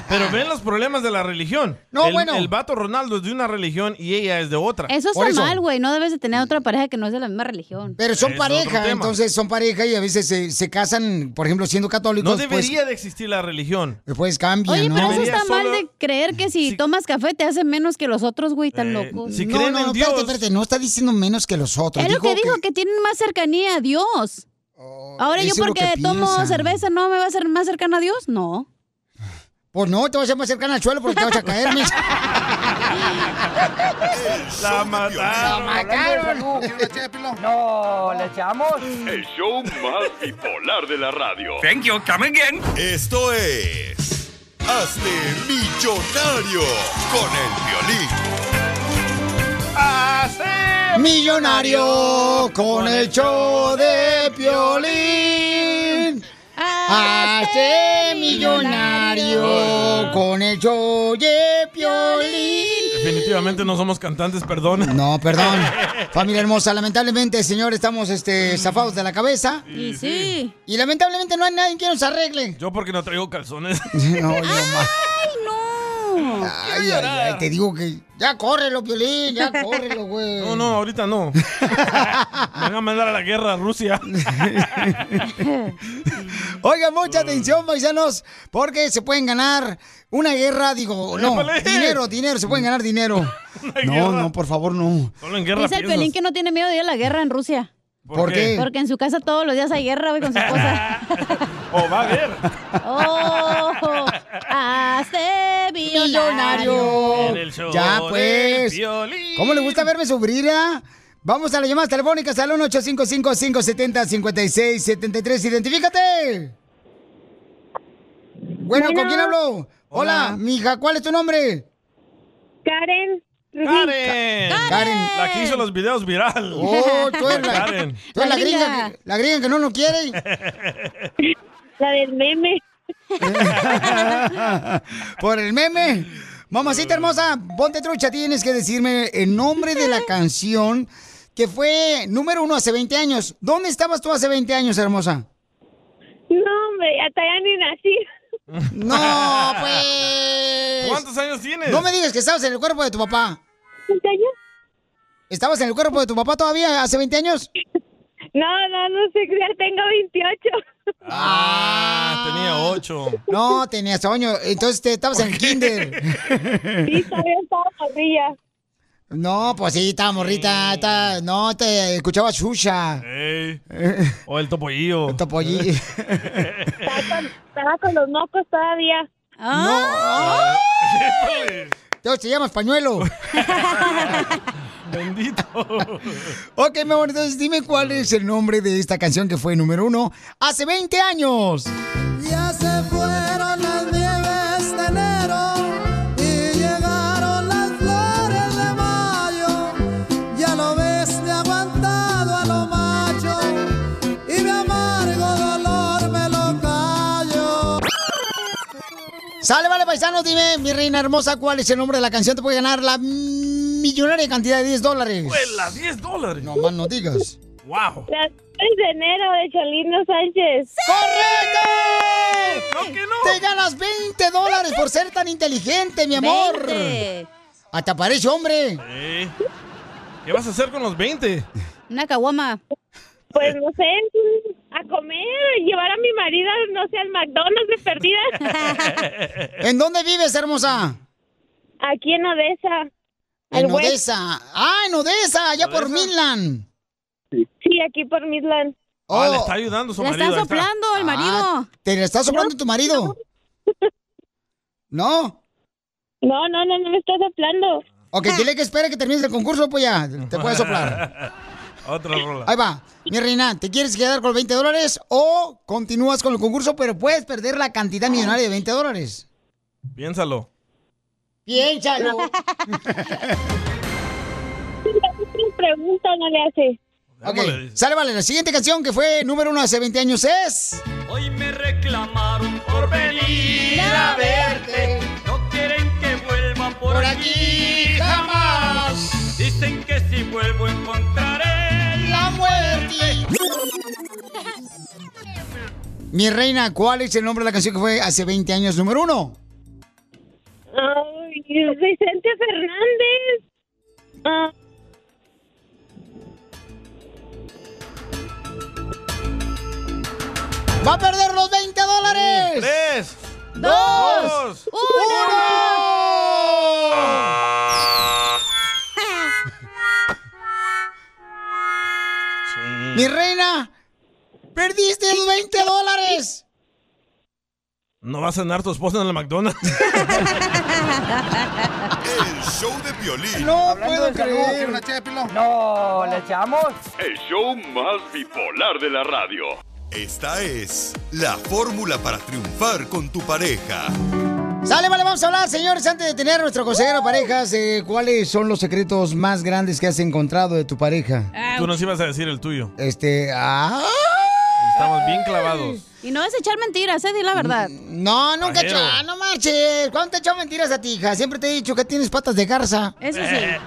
Pero ven los problemas de la religión.
No,
el,
bueno.
El vato Ronaldo es de una religión y ella es de otra.
Eso está mal, güey. No debes de tener otra pareja que no es de la misma religión.
Pero son
Es otro
pareja,
tema.
entonces son pareja y a veces se, se casan, por ejemplo, siendo católicos.
No
pues,
debería de existir la religión.
Después cambian,
Oye,
¿no?
pero eso está mal de creer que si tomas café te hacen menos que los otros, güey,
Eh,
tan loco.
no, no, no, espérate, espérate, no está diciendo menos que los otros.
Es lo que dijo, que... tienen más cercanía a Dios. Ahora yo
eso es lo
porque
que
tomo
piensan.
cerveza, ¿no me va a ser más cercana a Dios? No.
Pues no, te vas a más cercana al suelo porque te vas a caer, mis...
La mataron.
No, le echamos.
El show más bipolar de la radio.
Thank you, come again. Esto es. Hazte millonario con el violín.
Millonario con el show de Piolín. Hazte millonario con el show de Piolín.
Definitivamente no somos cantantes, perdón.
No, perdón. Familia hermosa, lamentablemente, señor, estamos este, zafados de la cabeza.
Y sí.
Y lamentablemente no hay nadie que nos arregle.
Yo porque no traigo calzones. Ah,
No,
no!
yo más. Ay, ay, ay, te digo que ya córrelo, Piolín, ya córrelo, güey.
No, no, ahorita no. Me van a mandar a la guerra a Rusia.
Oiga, mucha atención, paisanos, porque se pueden ganar una guerra, digo, no,
Épale.
dinero, dinero, se pueden ganar dinero. No,
guerra.
no, por favor, no.
Solo en guerra
Dice el pelín
piensas.
que no tiene miedo de ir a la guerra en Rusia.
¿Por ¿Por qué? qué?
Porque en su casa todos los días hay guerra, güey, con su esposa.
O va a haber.
¡Oh! ¡Hazte millonario!
En el show Ya, pues. de ¿Cómo le gusta verme sufrir, ah? Vamos a las llamadas telefónicas al 1-855-570-5673. ¡Identifícate! Bueno, ¿con quién hablo? Hola, mija, ¿cuál es tu nombre?
Karen.
Karen.
Karen.
La que hizo los videos viral.
Oh, tú eres la-
Karen.
Tú eres la gringa, que, la gringa que no nos quiere.
La del meme.
Por el meme. Mamacita hermosa, ponte trucha, tienes que decirme el nombre de la canción que fue número uno hace 20 años. ¿Dónde estabas tú hace 20 años, hermosa?
No, hombre, hasta ya ni nací.
No, pues.
¿Cuántos años tienes?
No me digas que estabas en el cuerpo de tu papá. ¿20 años? ¿Estabas en el cuerpo de tu papá todavía hace 20 años?
No, no, no sé, ya tengo 28.
Ah, tenía ocho.
No, tenías sueño. Entonces te estabas en el kinder.
Sí, todavía estaba morrilla.
No, pues sí, estaba morrita. estaba- no, te escuchaba Shusha.
Ey. O el topollillo. El
topollillo.
Estaba con los mocos todavía.
¡Ah! Te te llamas pañuelo.
Bendito.
ok, mi amor, entonces dime cuál es el nombre de esta canción que fue número uno hace 20 años.
Ya se fueron las nieves de enero y llegaron las flores de mayo. Ya lo ves, me he aguantado a lo macho y mi amargo dolor me lo callo.
Sale, vale, paisano, dime, mi reina hermosa, cuál es el nombre de la canción. Te puede ganar la millonaria cantidad de 10 dólares.
Huela, 10 Pues, dólares.
No más no digas.
¡Wow!
Las 3 de enero de Cholino Sánchez.
¡Correcto! Te ganas 20 dólares por ser tan inteligente, mi amor.
20.
Hasta parece hombre.
Ey. ¿Qué vas a hacer con los 20?
Una caguama.
Pues no sé, a comer, llevar a mi marido, no sé, al McDonald's de perdida.
¿En dónde vives, hermosa?
Aquí en Odessa.
En
Al West.
Odessa. Ah, en Odessa, allá por Midland. Oh.
Sí, aquí por Midland.
Ah, le está ayudando su marido. ahí está.
el marido.
Ah, ¿Te le está soplando tu marido? ¿No?
No, no, no, no me está soplando.
Ok, dile que espere que termines el concurso, pues ya te puede soplar.
Otra rola.
Ahí va. Mi reina, ¿te quieres quedar con los 20 dólares o continúas con el concurso, pero puedes perder la cantidad millonaria de 20 dólares?
Piénsalo.
Piénsalo.
pregunta no le hace.
Ok, sale, vale. La siguiente canción que fue número uno hace 20 años es.
Hoy me reclamaron por venir a verte. No quieren que vuelva por,
Por
aquí
aquí
jamás. Dicen que si vuelvo encontraré
la muerte. Mi reina, ¿cuál es el nombre de la canción que fue hace 20 años número uno?
Ay, Vicente Fernández. Ah,
¡Va a perder los 20 dólares!
¡Tres!
¡Dos!
dos,
¡Mi reina! ¡Perdiste los 20 dólares!
¿No va a cenar tu esposa en el McDonald's?
El show de violín.
Hablando de salud, ¿quiere una ché de pilón? No, ¿le echamos?
El show más bipolar de la radio.
Esta es la fórmula para triunfar con tu pareja.
Sale, vale, vamos a hablar, señores, antes de tener nuestro consejero de parejas, eh, ¿cuáles son los secretos más grandes que has encontrado de tu pareja?
Tú nos ibas a decir el tuyo.
Este, ah.
Estamos bien clavados.
Y no es echar mentiras, eh, di la verdad.
No, nunca he hecho, ah, no marches. ¿Cuánto te he echado mentiras a ti, hija? Siempre te he dicho que tienes patas de garza.
Eso sí. Eh,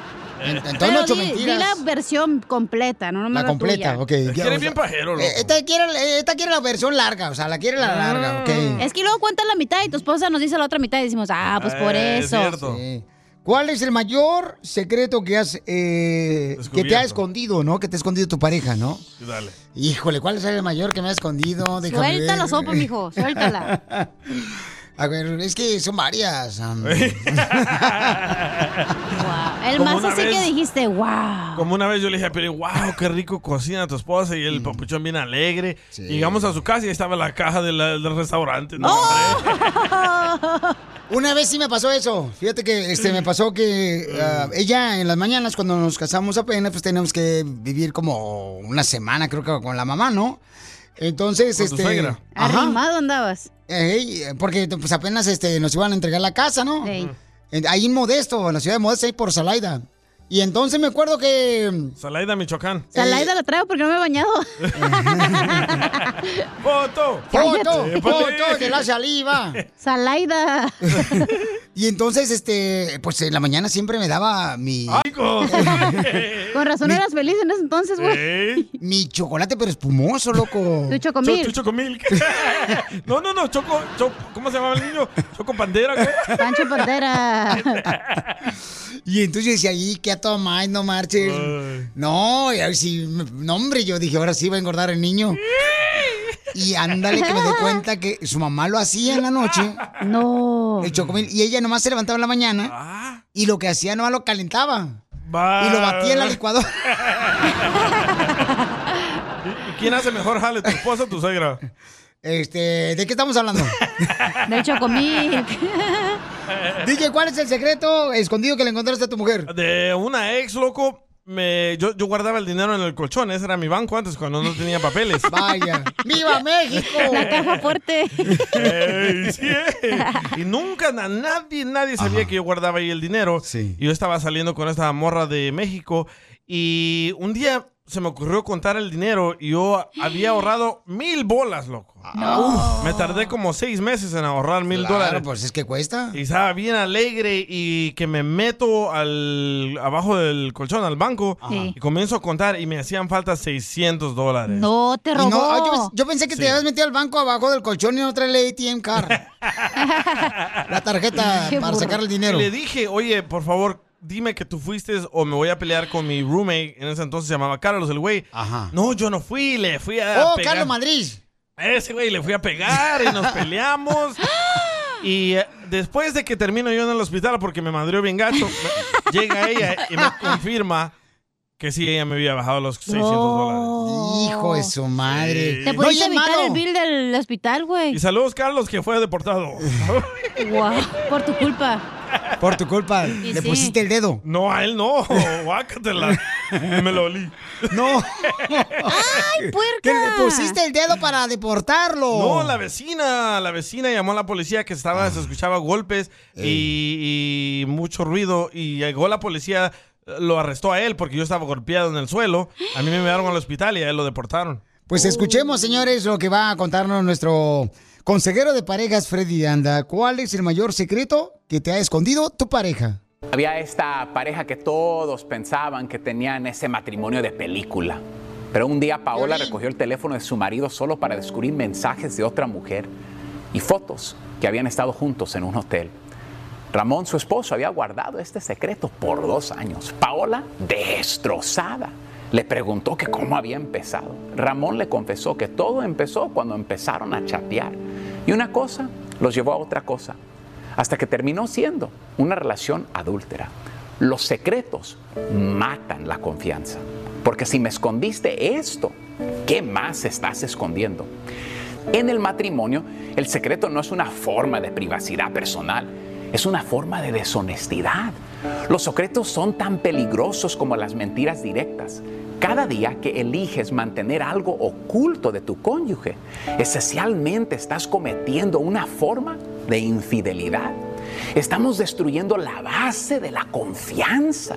Entonces no he
Pero
hecho
di, di
mentiras.
la versión completa, no nomás
La completa,
tuya.
ok.
Es que
ya,
eres
o
bien
sea,
pajero,
eh, Esta quiere, esta quiere la versión larga, o sea, la quiere la larga, ok.
Mm, Es que luego cuentas la mitad y tu esposa nos dice la otra mitad y decimos, ah, pues por
Eh,
eso.
Sí. ¿Cuál es el mayor secreto que has eh, que te ha escondido, no? Que te ha escondido tu pareja, ¿no?
Sí, dale.
Híjole, ¿cuál es el mayor que me ha escondido? Déjame
Suéltala,
ver.
sopa, mijo, suéltala.
A ver, es que son varias. um.
El
Como
más
una
así que
vez-
dijiste, wow.
Como una vez yo le dije a Piolín, wow, qué rico cocina tu esposa y el papuchón bien alegre. Llegamos a su casa y estaba la caja de la- del restaurante. ¿no?
¡Oh! Una vez sí me pasó eso. Fíjate que este me pasó que ah, ella en las mañanas cuando nos casamos apenas pues teníamos que vivir como una semana creo que con la mamá, ¿no? Entonces
Con tu
este
suegra. Arrimado andabas.
porque pues apenas este nos iban a entregar la casa, ¿no? En- Ahí en Modesto, en la ciudad de Modesto, ahí por Salaida. Y entonces me acuerdo que eh,
Salaida, Michoacán.
Salaida la traigo porque no me he bañado.
¡Foto!
Foto,
Cállate.
Eh, pues
foto de la saliva.
Salaida.
Y entonces, este, pues en la mañana siempre me daba mi.
Con razón
Mi-
eras feliz en ese entonces, güey.
Eh.
Mi chocolate, pero espumoso, loco.
Tu chocomil. Cho- tu
chocomil. No, no, no, Choco, Choco- ¿cómo se llamaba el niño? Choco Pandera, ¿qué?
Pancho Pantera.
Y entonces yo decía, ¿y qué tomáis? No marches. No, y ahí sí, no, hombre, yo dije, ahora sí va a engordar el niño. Y ándale, que me doy cuenta que su mamá lo hacía en la noche.
No.
El chocomil. Y ella nomás se levantaba en la mañana. Y lo que hacía nomás lo calentaba. Y lo batía en la licuadora.
¿Y quién hace mejor jale, tu esposa o tu suegra?
Este, ¿de qué estamos hablando?
Del chocomil.
DJ, ¿cuál es el secreto escondido que le encontraste a tu mujer?
De una ex, loco, me, yo, yo guardaba el dinero en el colchón. Ese era mi banco antes, cuando no tenía papeles.
Vaya. ¡Viva México!
La caja fuerte.
Ey, sí, ey. Y nunca na- nadie, nadie sabía que yo guardaba ahí el dinero. Y yo estaba saliendo con esta morra de México y un día se me ocurrió contar el dinero y yo había ahorrado mil bolas, loco. Uf, me tardé como seis meses en ahorrar mil
Ah, Claro,
dólares.
pues es que cuesta.
Y estaba bien alegre y que me meto al abajo del colchón, al banco,
Sí.
y comienzo a contar y me hacían falta 600 dólares.
No, te
Y
robó.
no, ah, yo, pens- yo pensé que
Sí.
te habías metido al banco abajo del colchón y no trae la ATM card. la tarjeta
Qué
para
burro.
sacar el dinero.
Y le dije, oye, por favor, dime que tú fuiste o me voy a pelear con mi roommate. En ese entonces se llamaba Carlos, el güey. No, yo no fui, le fui a
oh,
pegar.
Carlos Madrid.
A ese güey le fui a pegar y nos peleamos. Y eh, después de que termino yo en el hospital porque me madrió bien gacho, me- llega ella y me confirma que sí, ella me había bajado los 600 dólares.
Hijo de su madre.
Te pudiste evitar el bill del hospital, güey.
Y saludos, Carlos, que fue deportado.
Guau, por tu culpa.
Por tu culpa,
Y
le
sí.
pusiste el dedo.
No, a él no. Guácatela. Me lo olí.
No.
¡Ay,
puerca! Que le pusiste el dedo para deportarlo.
No, la vecina, la vecina llamó a la policía que estaba, se escuchaba golpes y, y mucho ruido y llegó la policía, lo arrestó a él porque yo estaba golpeado en el suelo, a mí me llevaron al hospital y a él lo deportaron.
Pues escuchemos, señores, lo que va a contarnos nuestro consejero de parejas, Freddy Anda. ¿Cuál es el mayor secreto que te ha escondido tu pareja?
Había esta pareja que todos pensaban que tenían ese matrimonio de película. Pero un día Paola recogió el teléfono de su marido solo para descubrir mensajes de otra mujer y fotos que habían estado juntos en un hotel. Ramón, su esposo, había guardado este secreto por dos años. Paola, destrozada, le preguntó que cómo había empezado. Ramón le confesó que todo empezó cuando empezaron a chatear. Y una cosa los llevó a otra cosa, hasta que terminó siendo una relación adúltera. Los secretos matan la confianza, porque si me escondiste esto, ¿qué más estás escondiendo? En el matrimonio, el secreto no es una forma de privacidad personal, es una forma de deshonestidad. Los secretos son tan peligrosos como las mentiras directas. Cada día que eliges mantener algo oculto de tu cónyuge, esencialmente estás cometiendo una forma de infidelidad. Estamos destruyendo la base de la confianza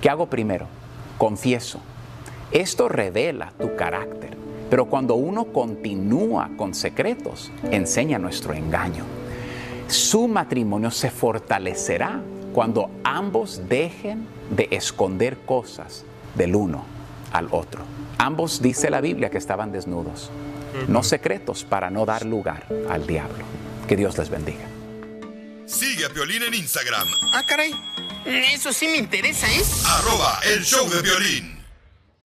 ¿Qué hago primero? Confieso. Esto revela tu carácter, pero cuando uno continúa con secretos, enseña nuestro engaño. Su matrimonio se fortalecerá cuando ambos dejen de esconder cosas del uno al otro. Ambos dice la Biblia que estaban desnudos, no secretos para no dar lugar al diablo. Que Dios les bendiga.
Sigue a Piolín en Instagram,
Ah, caray. Eso sí me interesa, ¿eh?
arroba el show de violín.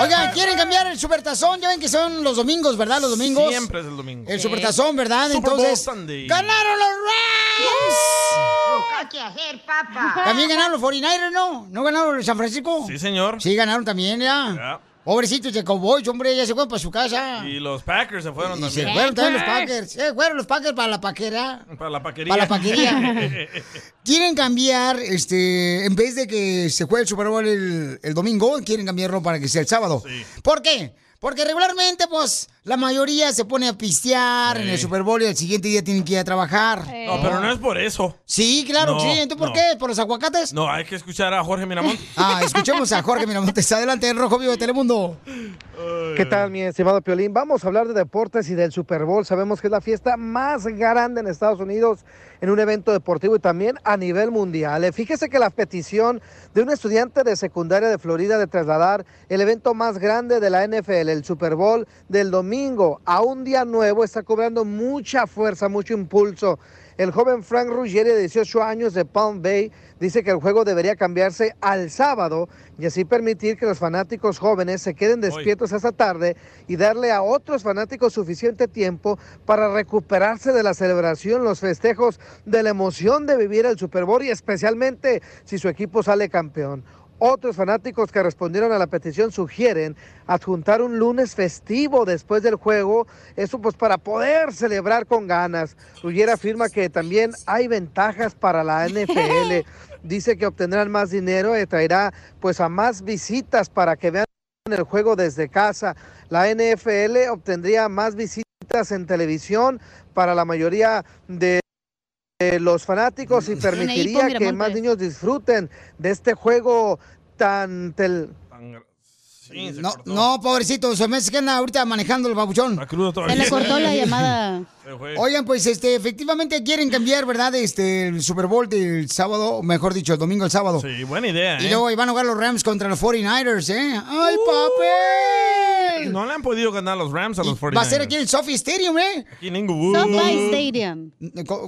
Oigan, ¿quieren cambiar el supertazón? Ya ven que son los domingos, ¿verdad? Los domingos.
Siempre es el domingo.
El supertazón, ¿verdad?
Super Bowl
Entonces,
Sunday.
ganaron los Rams.
¿Qué hacer, papá?
También ganaron los 49ers, ¿no? ¿No ganaron los San Francisco? Sí,
señor.
Sí, ganaron también, ya. Pobrecitos de Cowboys, hombre, ya se fueron para su casa.
Y los Packers se fueron también.
Se fueron
Eh.
también los Packers. Se fueron los Packers para la paquera.
Para la paquería.
Para la paquería. Quieren cambiar, este, en vez de que se juegue el Super Bowl el, el domingo, quieren cambiarlo para que sea el sábado. ¿Por qué? Porque regularmente, pues, la mayoría se pone a pistear en el Super Bowl y el siguiente día tienen que ir a trabajar.
no, pero no es por eso.
Eh. Sí, claro,
No,
sí. ¿Entonces por
no.
qué? ¿Por los aguacates?
No, hay que escuchar a Jorge Miramontes.
Ah, escuchemos a Jorge Miramontes. Adelante, el Rojo Vivo de Telemundo.
¿Qué tal, mi estimado Piolín? Vamos a hablar de deportes y del Super Bowl. Sabemos que es la fiesta más grande en Estados Unidos en un evento deportivo y también a nivel mundial. Eh, Fíjese que la petición de un estudiante de secundaria de Florida de trasladar el evento más grande de la NFL, el Super Bowl del domingo, a un día nuevo está cobrando mucha fuerza, mucho impulso. El joven Frank Ruggeri, de 18 años, de Palm Bay, dice que el juego debería cambiarse al sábado y así permitir que los fanáticos jóvenes se queden despiertos hasta tarde y darle a otros fanáticos suficiente tiempo para recuperarse de la celebración, los festejos, de la emoción de vivir el Super Bowl y especialmente si su equipo sale campeón. Otros fanáticos que respondieron a la petición sugieren adjuntar un lunes festivo después del juego, eso pues para poder celebrar con ganas. Ruyer afirma que también hay ventajas para la NFL. Dice que obtendrán más dinero y traerá pues a más visitas para que vean el juego desde casa. La NFL obtendría más visitas en televisión para la mayoría de eh, los fanáticos y permitiría
hipo,
que más
Miramontes.
niños disfruten de este juego tan tel-
No, no, pobrecito, se me hace que anda ahorita manejando el babuchón.
Se le cortó la llamada.
Oigan, pues este, efectivamente quieren cambiar, ¿verdad? Este, el Super Bowl del sábado, o mejor dicho, el domingo al sábado.
Sí, buena idea,
Y
¿eh?
luego ahí van a jugar los Rams contra los 49ers, ¿eh? ¡Ay, papel!
No le han podido ganar los Rams a los 49ers.
Va a ser aquí en el SoFi Stadium, ¿eh?
Aquí en Inglewood.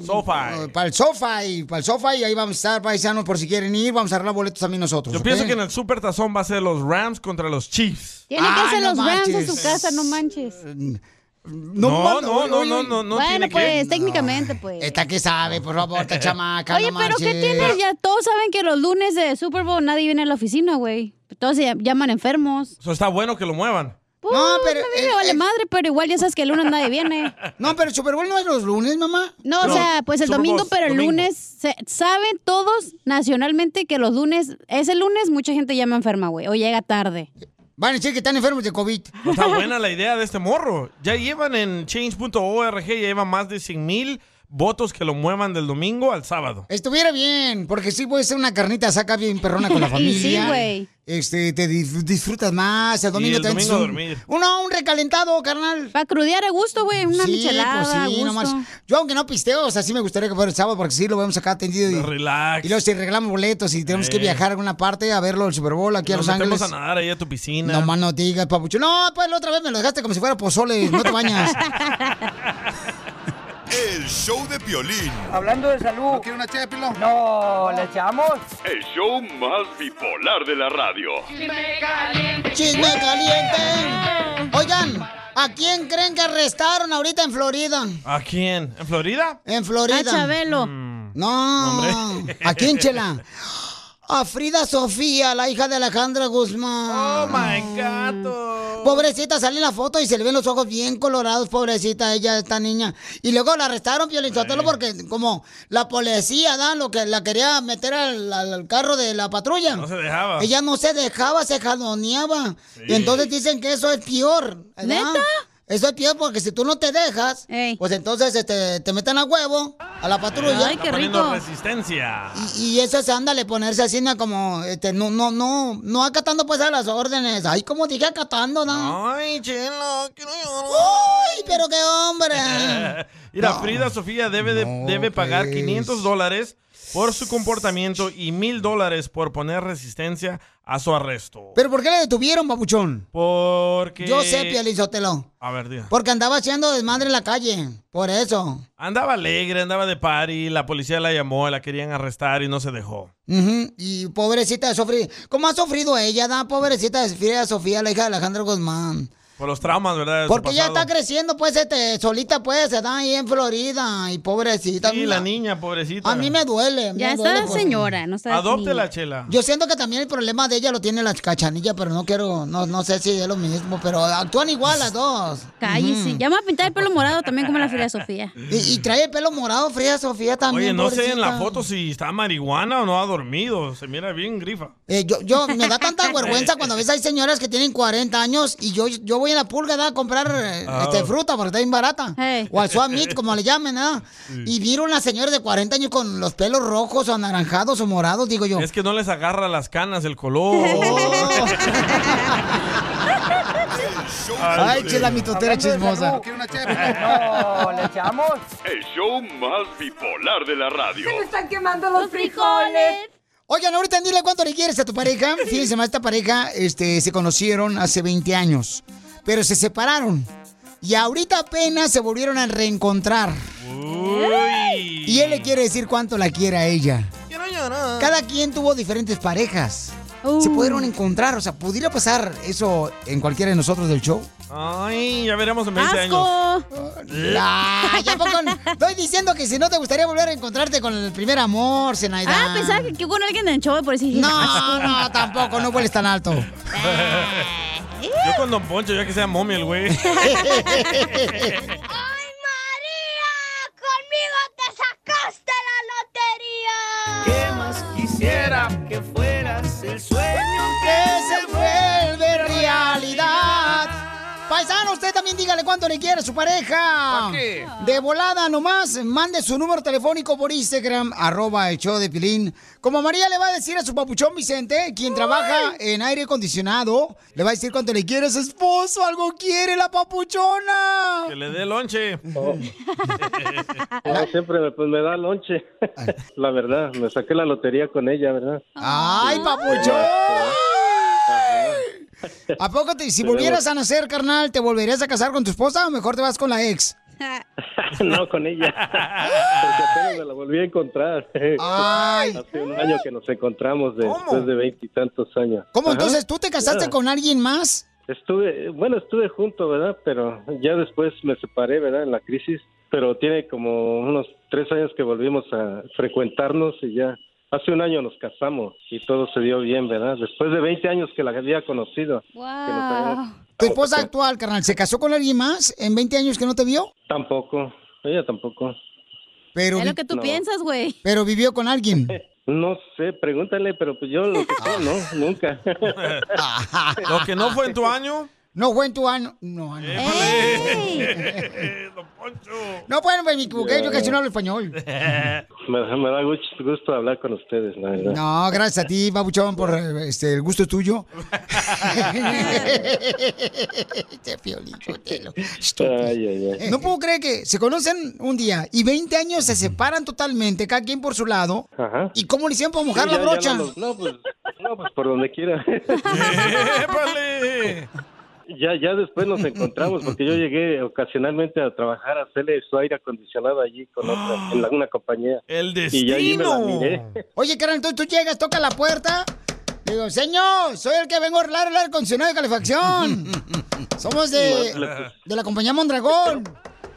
SoFi.
Para el SoFi, y para el SoFi, y ahí vamos a estar, paisanos, por si quieren ir, vamos a arreglar boletos también nosotros.
Yo
¿ok?
pienso que en el Super Tazón va a ser los Rams contra los Chiefs.
Tiene que
Ay,
irse
no
los Rams a su
manches.
casa, no manches.
No, no,
man-
no,
oye,
no,
oye,
no, no,
bueno,
tiene
pues,
que.
técnicamente, pues.
Esta que sabe, por favor, esta chamaca.
Oye,
no
pero ¿qué
marches.
tiene? Ya todos saben que los lunes de Super Bowl nadie viene a la oficina, güey. Todos se llaman enfermos.
Eso está bueno que lo muevan.
no, pero. A mí me vale madre, pero igual ya sabes que el lunes nadie viene.
No, pero el Super Bowl no es los lunes, mamá.
No,
No,
o sea, pues el
Super Bowl,
domingo, pero el
domingo.
lunes. se- saben todos nacionalmente que los lunes, ese lunes, mucha gente llama enferma, güey, o llega tarde.
Van a decir que están enfermos de COVID.
No está buena la idea de este morro. Ya llevan en change.org, ya llevan más de 100 mil votos que lo muevan del domingo al sábado.
Estuviera bien, porque sí puede ser una carnita saca bien perrona con la familia.
Sí, güey.
Este, te dif- disfrutas más, el domingo
el
te
domingo
echas
dormir.
Uno, un recalentado, carnal. Para crudear a gusto, güey,
una
sí,
michelada
pues sí,
a gusto.
nomás. Yo aunque no pisteo, o sea, sí me gustaría que fuera el sábado, porque sí lo vemos acá atendido. Y,
Relax.
y luego si arreglamos boletos y tenemos
Eh.
que viajar a alguna parte a verlo el Super Bowl aquí a
Nos
Los
metemos
Ángeles.
a nadar ahí a tu piscina.
No más no digas, papucho. No, pues la otra vez me lo dejaste como si fuera pozole, no te bañas.
El show de Piolín.
Hablando de salud. ¿No quiere una ché de pilón? No, ¿le echamos?
El show más bipolar de la radio.
Chisme
Eh.
caliente. Oigan, ¿a quién creen que arrestaron ahorita en Florida?
¿A quién? ¿En Florida?
En Florida.
A Chabelo.
No.
Hombre.
¿A quién, Chela? A Frida Sofía, la hija de Alejandra Guzmán. Oh my gato. Pobrecita, sale la foto y se le ven los ojos bien colorados, pobrecita ella, esta niña. Y luego la arrestaron, Piolichotelo, porque como la policía, ¿da? Lo que la quería meter al, al carro de la patrulla.
No se dejaba.
Ella no se dejaba, se jaloneaba. Y entonces dicen que eso es peor. ¿verdad?
¿Neta?
Eso es peor porque si tú no te dejas, pues entonces este, te meten a huevo a la patrulla.
Está poniendo resistencia.
Y eso es, ándale, ponerse así ¿no? como, este, no, no, no, no acatando pues a las órdenes. Ay, como dije acatando, ¿no?
Ay, chelo, quiero llorar.
Uy, pero qué hombre.
Mira, Frida Sofía debe, de- debe pagar 500 dólares por su comportamiento y 1000 dólares por poner resistencia a su arresto.
¿Pero por qué le detuvieron, papuchón?
Porque...
Yo sé, Pielizotelo.
A ver, diga.
Porque andaba haciendo desmadre en la calle. Por eso.
Andaba alegre, andaba de party, la policía la llamó, la querían arrestar y no se dejó.
Ujú, Y pobrecita de sufrir. ¿Cómo ha sufrido ella, da? Pobrecita de Frida Sofía, la hija de Alejandro Guzmán.
Por los traumas, ¿verdad? de su
Porque ya
pasado.
está creciendo, pues, este, solita, pues, se da ahí en Florida. Y pobrecita.
Sí,
mira.
la niña, pobrecita.
A mí me duele.
Ya está señora, no está
Adóptela, niña. Chela.
Yo siento que también el problema de ella lo tiene las cachanillas, pero no quiero, no, no sé si es lo mismo, pero actúan igual las dos.
Cállese.
Ujú.
Ya me va a pintar el pelo morado también como la Frida Sofía.
Y, y trae el pelo morado, Frida Sofía también.
Oye, no sé en la
pobrecita.
foto si está marihuana o no ha dormido. Se mira bien grifa. Eh,
Eh, yo, yo, me da tanta vergüenza cuando ves hay señoras que tienen 40 años y yo, yo voy a la pulga ¿da? a comprar eh,
Ah.
este, fruta porque está bien barata. O al swap meet, como le llamen, ¿da? Y vieron una señora de 40 años con los pelos rojos o anaranjados o morados, digo yo.
Es que no les agarra las canas el color.
Ay, chela mitotera chismosa.
No, ¿le echamos?
El show más bipolar de la radio.
están quemando los frijoles. Oigan, ahorita dile cuánto le quieres a tu pareja. Fíjense más, esta pareja este, se conocieron hace 20 años, pero se separaron. Y ahorita apenas se volvieron a reencontrar. Y él le quiere decir cuánto la quiere a ella. Cada quien tuvo diferentes parejas. Se pudieron encontrar, o sea, ¿pudiera pasar eso en cualquiera de nosotros del show?
Ay, ya veremos en 20 años.
La, Ah, ya poco n- estoy diciendo que si no te gustaría volver a encontrarte con el primer amor, Zenaida.
Ah, pensaba que, que con alguien del show, por eso dije,
No,
asco.
no, tampoco, no vuelves tan alto.
Yo con Don Poncho, ya que sea momia el güey.
¡Conmigo te sacaste la lotería! ¿Qué más quisiera que fueras el sueño
que se vuelve realidad. Paisano, usted también dígale cuánto le quiere a su pareja.
¿Para qué?
De volada nomás, mande su número telefónico por Instagram, arroba el show de Pilín. Como María le va a decir a su papuchón Vicente, quien trabaja en aire acondicionado, le va a decir cuánto le quiere a su esposo, algo quiere la papuchona.
que le dé lonche.
Oh.
Ah, siempre me, pues, me da lonche. La verdad, me saqué la lotería con ella, ¿verdad?
¡Ay, papuchón! ¿A poco te- si
Tenemos-
volvieras a nacer, carnal, te volverías a casar con tu esposa o mejor te vas con la ex?
No, con ella. Porque apenas me la volví a encontrar.
Ay.
Hace un año que nos encontramos de- después de veintitantos años.
¿Cómo
Ajá.
entonces tú te casaste
Ya.
con alguien más?
Estuve, bueno, estuve junto, ¿verdad? Pero ya después me separé, ¿verdad? En la crisis. Pero tiene como unos tres años que volvimos a frecuentarnos y ya. Hace un año nos casamos y todo se dio bien, ¿verdad? Después de 20 años que la había conocido.
Ah.
¿Tu esposa actual, carnal, se casó con alguien más en 20 años que no te vio?
Tampoco, ella tampoco.
Pero
Es lo que tú
No.
piensas, güey.
Pero vivió con alguien.
No sé, pregúntale, pero pues yo lo que sé, no, nunca.
Lo que no fue en tu año,
No went to an... No, no.
¡Ey!
No, bueno, pues, me equivoqué, yo casi no hablo español.
Me, me da gusto, gusto hablar con ustedes, la verdad.
No, gracias a ti, babuchón, por eh, este, el gusto tuyo. Este Piolín, Sotelo.
Ay, ay, ay.
No puedo creer que se conocen un día y 20 años se separan totalmente, cada quien por su lado.
Ajá.
¿Y cómo le hicieron para mojar la
Sí, ya- ya
brocha?
no los- no, pues, no, pues por donde quiera. Ya, ya después nos encontramos porque yo llegué ocasionalmente a trabajar a hacerle su aire acondicionado allí con otra, en la- una compañía.
El
Y ya allí me la miré.
Oye, carnal, entonces tú llegas, toca la puerta. Digo, señor, soy el que vengo a arreglar el aire acondicionado de calefacción. Somos de, de la compañía Mondragón.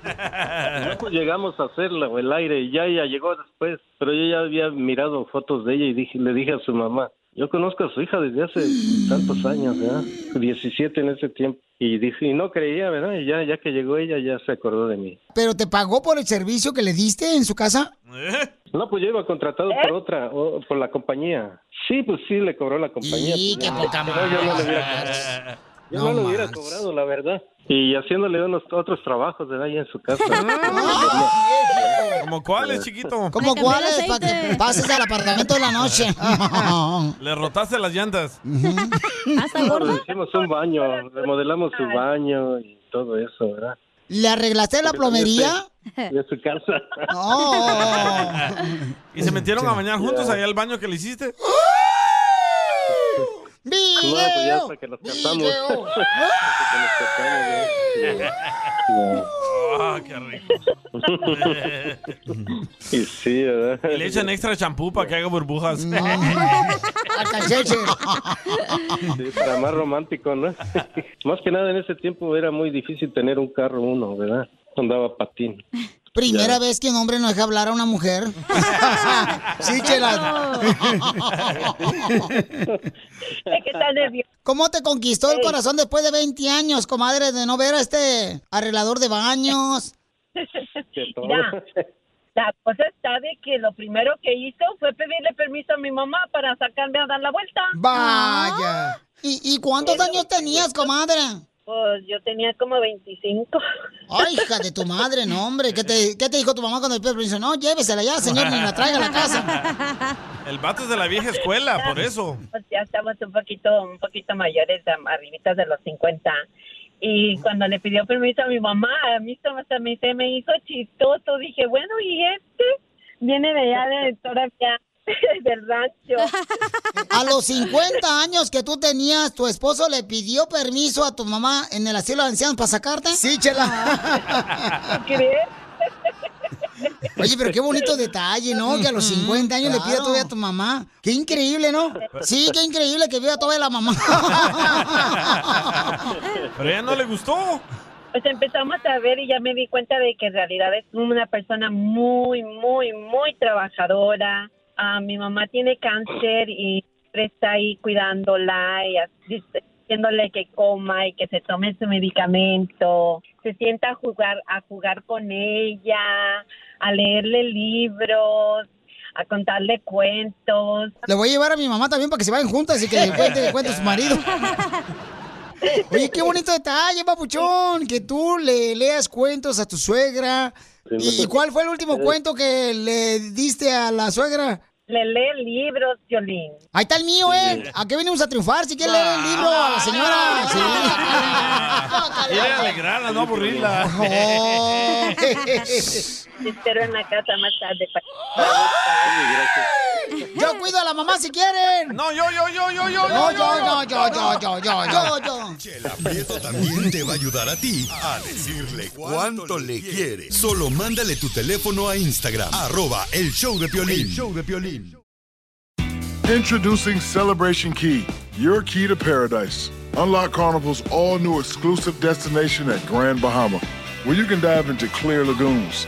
No, pues llegamos a hacerla, güey, el aire, y ya ella llegó después, pero yo ya había mirado fotos de ella y dije, le dije a su mamá, yo conozco a su hija desde hace tantos años, ¿verdad? 17 en ese tiempo, y dije, y no creía, ¿verdad? Y ya, ya que llegó ella, ya se acordó de mí.
¿Pero te pagó por el servicio que le diste en su casa?
¿Eh?
No, pues yo iba contratado
¿Eh?
por otra, o- por la compañía. Sí, pues sí, le cobró la compañía. pues
Y qué
Ya,
poca
si no, yo no le hubiera
más.
cobrado. Yo no, lo hubiera cobrado, la verdad. Y haciéndole unos otros trabajos, ¿verdad? Ahí en su casa.
¿Como cuáles, chiquito?
¿Cómo cuáles? Para que pases al apartamento de la noche.
Le rotaste las llantas.
No, le hicimos un baño, remodelamos su baño y todo eso, ¿verdad?
¿Le arreglaste la plomería?
De su casa.
No.
¿Y se metieron a bañar juntos allá al baño que le hiciste?
No, pues ya hasta que nos casamos. Hasta que nos casamos, ¿verdad?
¡Ah, qué rico!
Y sí, ¿verdad?
Y le echan extra champú para que haga burbujas.
Alcancete.
Sí, para más romántico, ¿no? más que nada en ese tiempo era muy difícil tener un carro uno, ¿verdad? Andaba patín.
Primera
Ya.
vez que un hombre no deja hablar a una mujer. sí, chela. ¿Cómo te conquistó el corazón después de 20 años, comadre, de no ver a este arreglador de baños?
Mira, la cosa está de que lo primero que hizo fue pedirle permiso a mi mamá para sacarme a dar la vuelta.
Vaya. ¿Y, y cuántos años tenías, comadre?
Pues yo tenía como 25.
Ay, hija de tu madre, no, hombre. ¿Qué te, qué te dijo tu mamá cuando el perro dice, no, llévesela ya, señor, ni la traiga a la casa?
El vato es de la vieja escuela, por eso.
Pues ya estamos un poquito, un poquito mayores, am- arribitas de los 50. Y cuando le pidió permiso a mi mamá, a mí se me- se me, se me hizo chistoso. Dije, bueno, ¿y este? Viene de allá de, todavía del rancho.
A los 50 años que tú tenías, ¿tu esposo le pidió permiso a tu mamá en el asilo de ancianos para sacarte? Sí, chela. Oye, pero qué bonito detalle, ¿no? Que a los 50 años le pida
Claro.
todavía a tu mamá. Qué increíble, ¿no? Sí, qué increíble que viva todavía la mamá.
Pero ella no le gustó.
Pues empezamos a ver y ya me di cuenta de que en realidad es una persona muy, muy, muy trabajadora. Ah, mi mamá tiene cáncer y siempre está ahí cuidándola y así- diciéndole que coma y que se tome su medicamento. Se sienta a jugar, a jugar con ella, a leerle libros, a contarle cuentos.
Le voy a llevar a mi mamá también para que se vayan juntas y que le cuente, le cuente a su marido. Oye, qué bonito detalle, papuchón, que tú le leas cuentos a tu suegra. ¿Y cuál fue el último cuento que le diste a la suegra?
Le lee libros, Violín.
Ahí está el mío, ¿eh? ¿A qué venimos a triunfar? Si quieres leer el libro a la señora.
Ah.
Quiere alegrarla, no aburrirla.
Te espero en la casa más tarde.
Sí. Yo cuido a la mamá si quieren.
No, yo, yo, yo, yo, yo.
No, yo, yo, yo, yo, yo, yo, yo, yo.
Chela Prieto también te va a ayudar a ti a decirle cuánto le quiere. Solo mándale tu teléfono a Instagram, arroba el show de Piolín.
El show Introducing Celebration Key, your key to paradise. Unlock Carnival's all new exclusive destination at Grand Bahama, where you can dive into clear lagoons,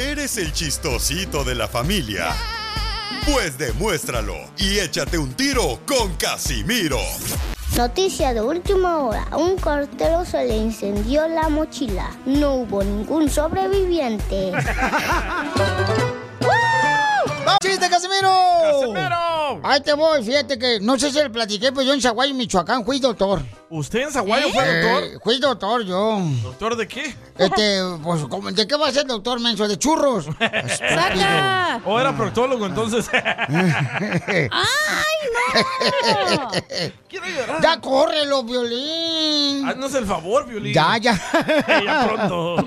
¿Eres el chistosito de la familia? Pues demuéstralo y échate un tiro con Casimiro.
Noticia de última hora. Un cartero se le incendió la mochila. No hubo ningún sobreviviente.
¡Vamos, chiste, Casimiro!
¡Casimiro!
Ahí te voy, fíjate que no sé si le platiqué, pero yo en Zaguayo, Michoacán, fui doctor. Eh,
¿Usted en Zaguayo fue doctor?
Fui doctor yo.
¿Doctor de qué?
Este, pues, ¿cómo- ¿de qué va a ser doctor, menso? ¿De churros?
¡Saca! O Oh, era proctólogo entonces.
¡Ay, no!
Quiero llorar.
¡Ya córrelo, Violín!
Haznos Ah, el favor, Violín.
Ya, ya.
ya pronto.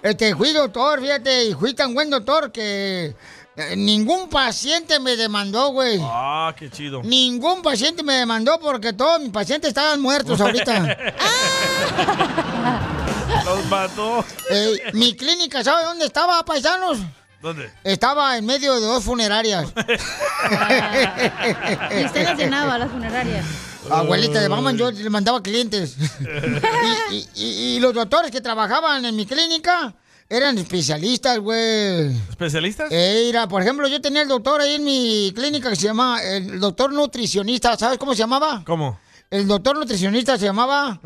Este, fui doctor, fíjate, y fui tan buen doctor que eh, ningún paciente me demandó, güey.
Ah, qué chido.
Ningún paciente me demandó porque todos mis pacientes estaban muertos ahorita.
Los mató.
Eh, mi clínica, ¿sabe dónde estaba, paisanos?
¿Dónde?
Estaba en medio de dos funerarias.
Y usted las llenaba a las funerarias.
Abuelita de mamá, yo le mandaba clientes. y, y- y- y los doctores que trabajaban en mi clínica eran especialistas, güey.
¿Especialistas?
Eh, mira, por ejemplo, yo tenía el doctor ahí en mi clínica que se llama el doctor nutricionista. ¿Sabes cómo se llamaba?
¿Cómo?
El doctor nutricionista se llamaba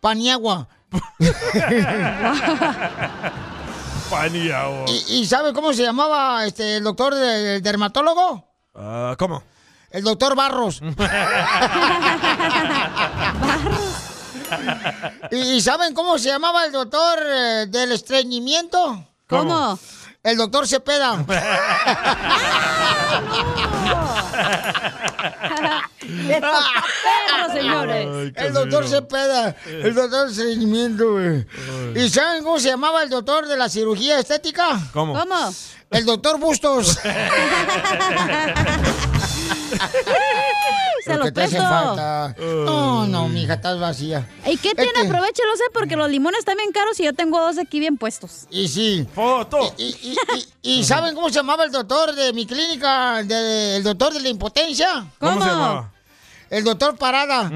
Paniagua.
Pan y agua.
¿Y, y sabe cómo se llamaba este, el doctor de- el dermatólogo?
Ah, ¿Cómo?
El doctor Barros. ¿Y, y saben cómo se llamaba el doctor eh, del estreñimiento?
¿Cómo?
El doctor Cepeda.
perros, señores!
el doctor Cepeda, el doctor estreñimiento, güey. ¿Y saben cómo se llamaba el doctor de la cirugía estética?
¿Cómo?
¿Cómo?
El doctor Bustos.
Se los
que te hacen
presto.
falta. No, no, mija, estás vacía.
¿Y qué tiene? Aprovechelo, sé, porque los limones están bien caros y yo tengo dos aquí bien puestos.
Y sí.
¡Foto!
¿Y, y- y- y saben cómo se llamaba el doctor de mi clínica? de- el doctor de la impotencia.
¿Cómo se llamaba?
El doctor Parada.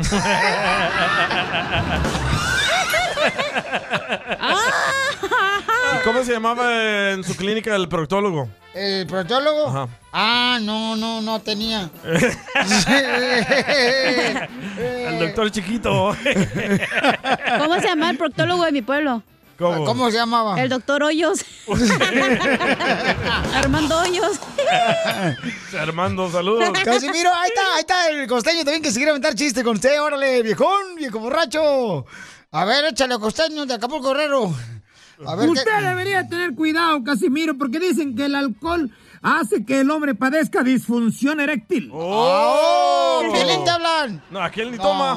¿Y cómo se llamaba en su clínica el proctólogo?
¿El protólogo?
Ajá.
Ah, no, no, no tenía.
El doctor chiquito.
¿Cómo se llama el proctólogo de mi pueblo?
¿Cómo? ¿Cómo
Oh. se llamaba?
El doctor Hoyos. Armando Hoyos.
Armando, saludos.
Casimiro, ahí está, ahí está el costeño también que se quiere aventar chiste con usted. Órale, viejón, viejo borracho. A ver, échale costeño de Acapulco Guerrero. A ver,
Usted
qué-
debería tener cuidado, Casimiro, porque dicen que el alcohol hace que el hombre padezca disfunción eréctil.
¡Oh!
¿Qué
Piolín,
te hablan?
No, aquel ni toma.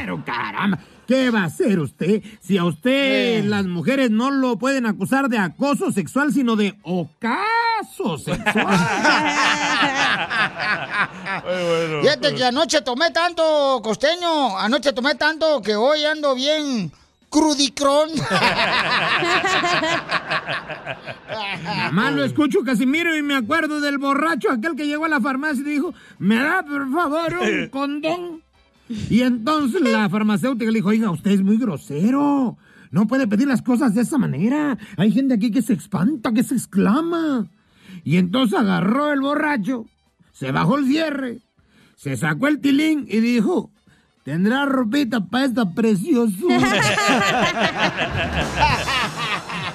Pero caramba, ¿qué va a hacer usted si a usted
Sí.
las mujeres no lo pueden acusar de acoso sexual, sino de ocaso sexual?
Fíjate que anoche tomé tanto, costeño. Anoche tomé tanto que hoy ando bien crudicrón.
Nada más lo escucho, Casimiro, y me acuerdo del borracho aquel que llegó a la farmacia y dijo, ¿me da por favor un condón? Y entonces la farmacéutica le dijo, oiga, usted es muy grosero. No puede pedir las cosas de esa manera. Hay gente aquí que se espanta, que se exclama. Y entonces agarró el borracho, se bajó el cierre, se sacó el tilín y dijo, tendrá ropita para esta preciosura.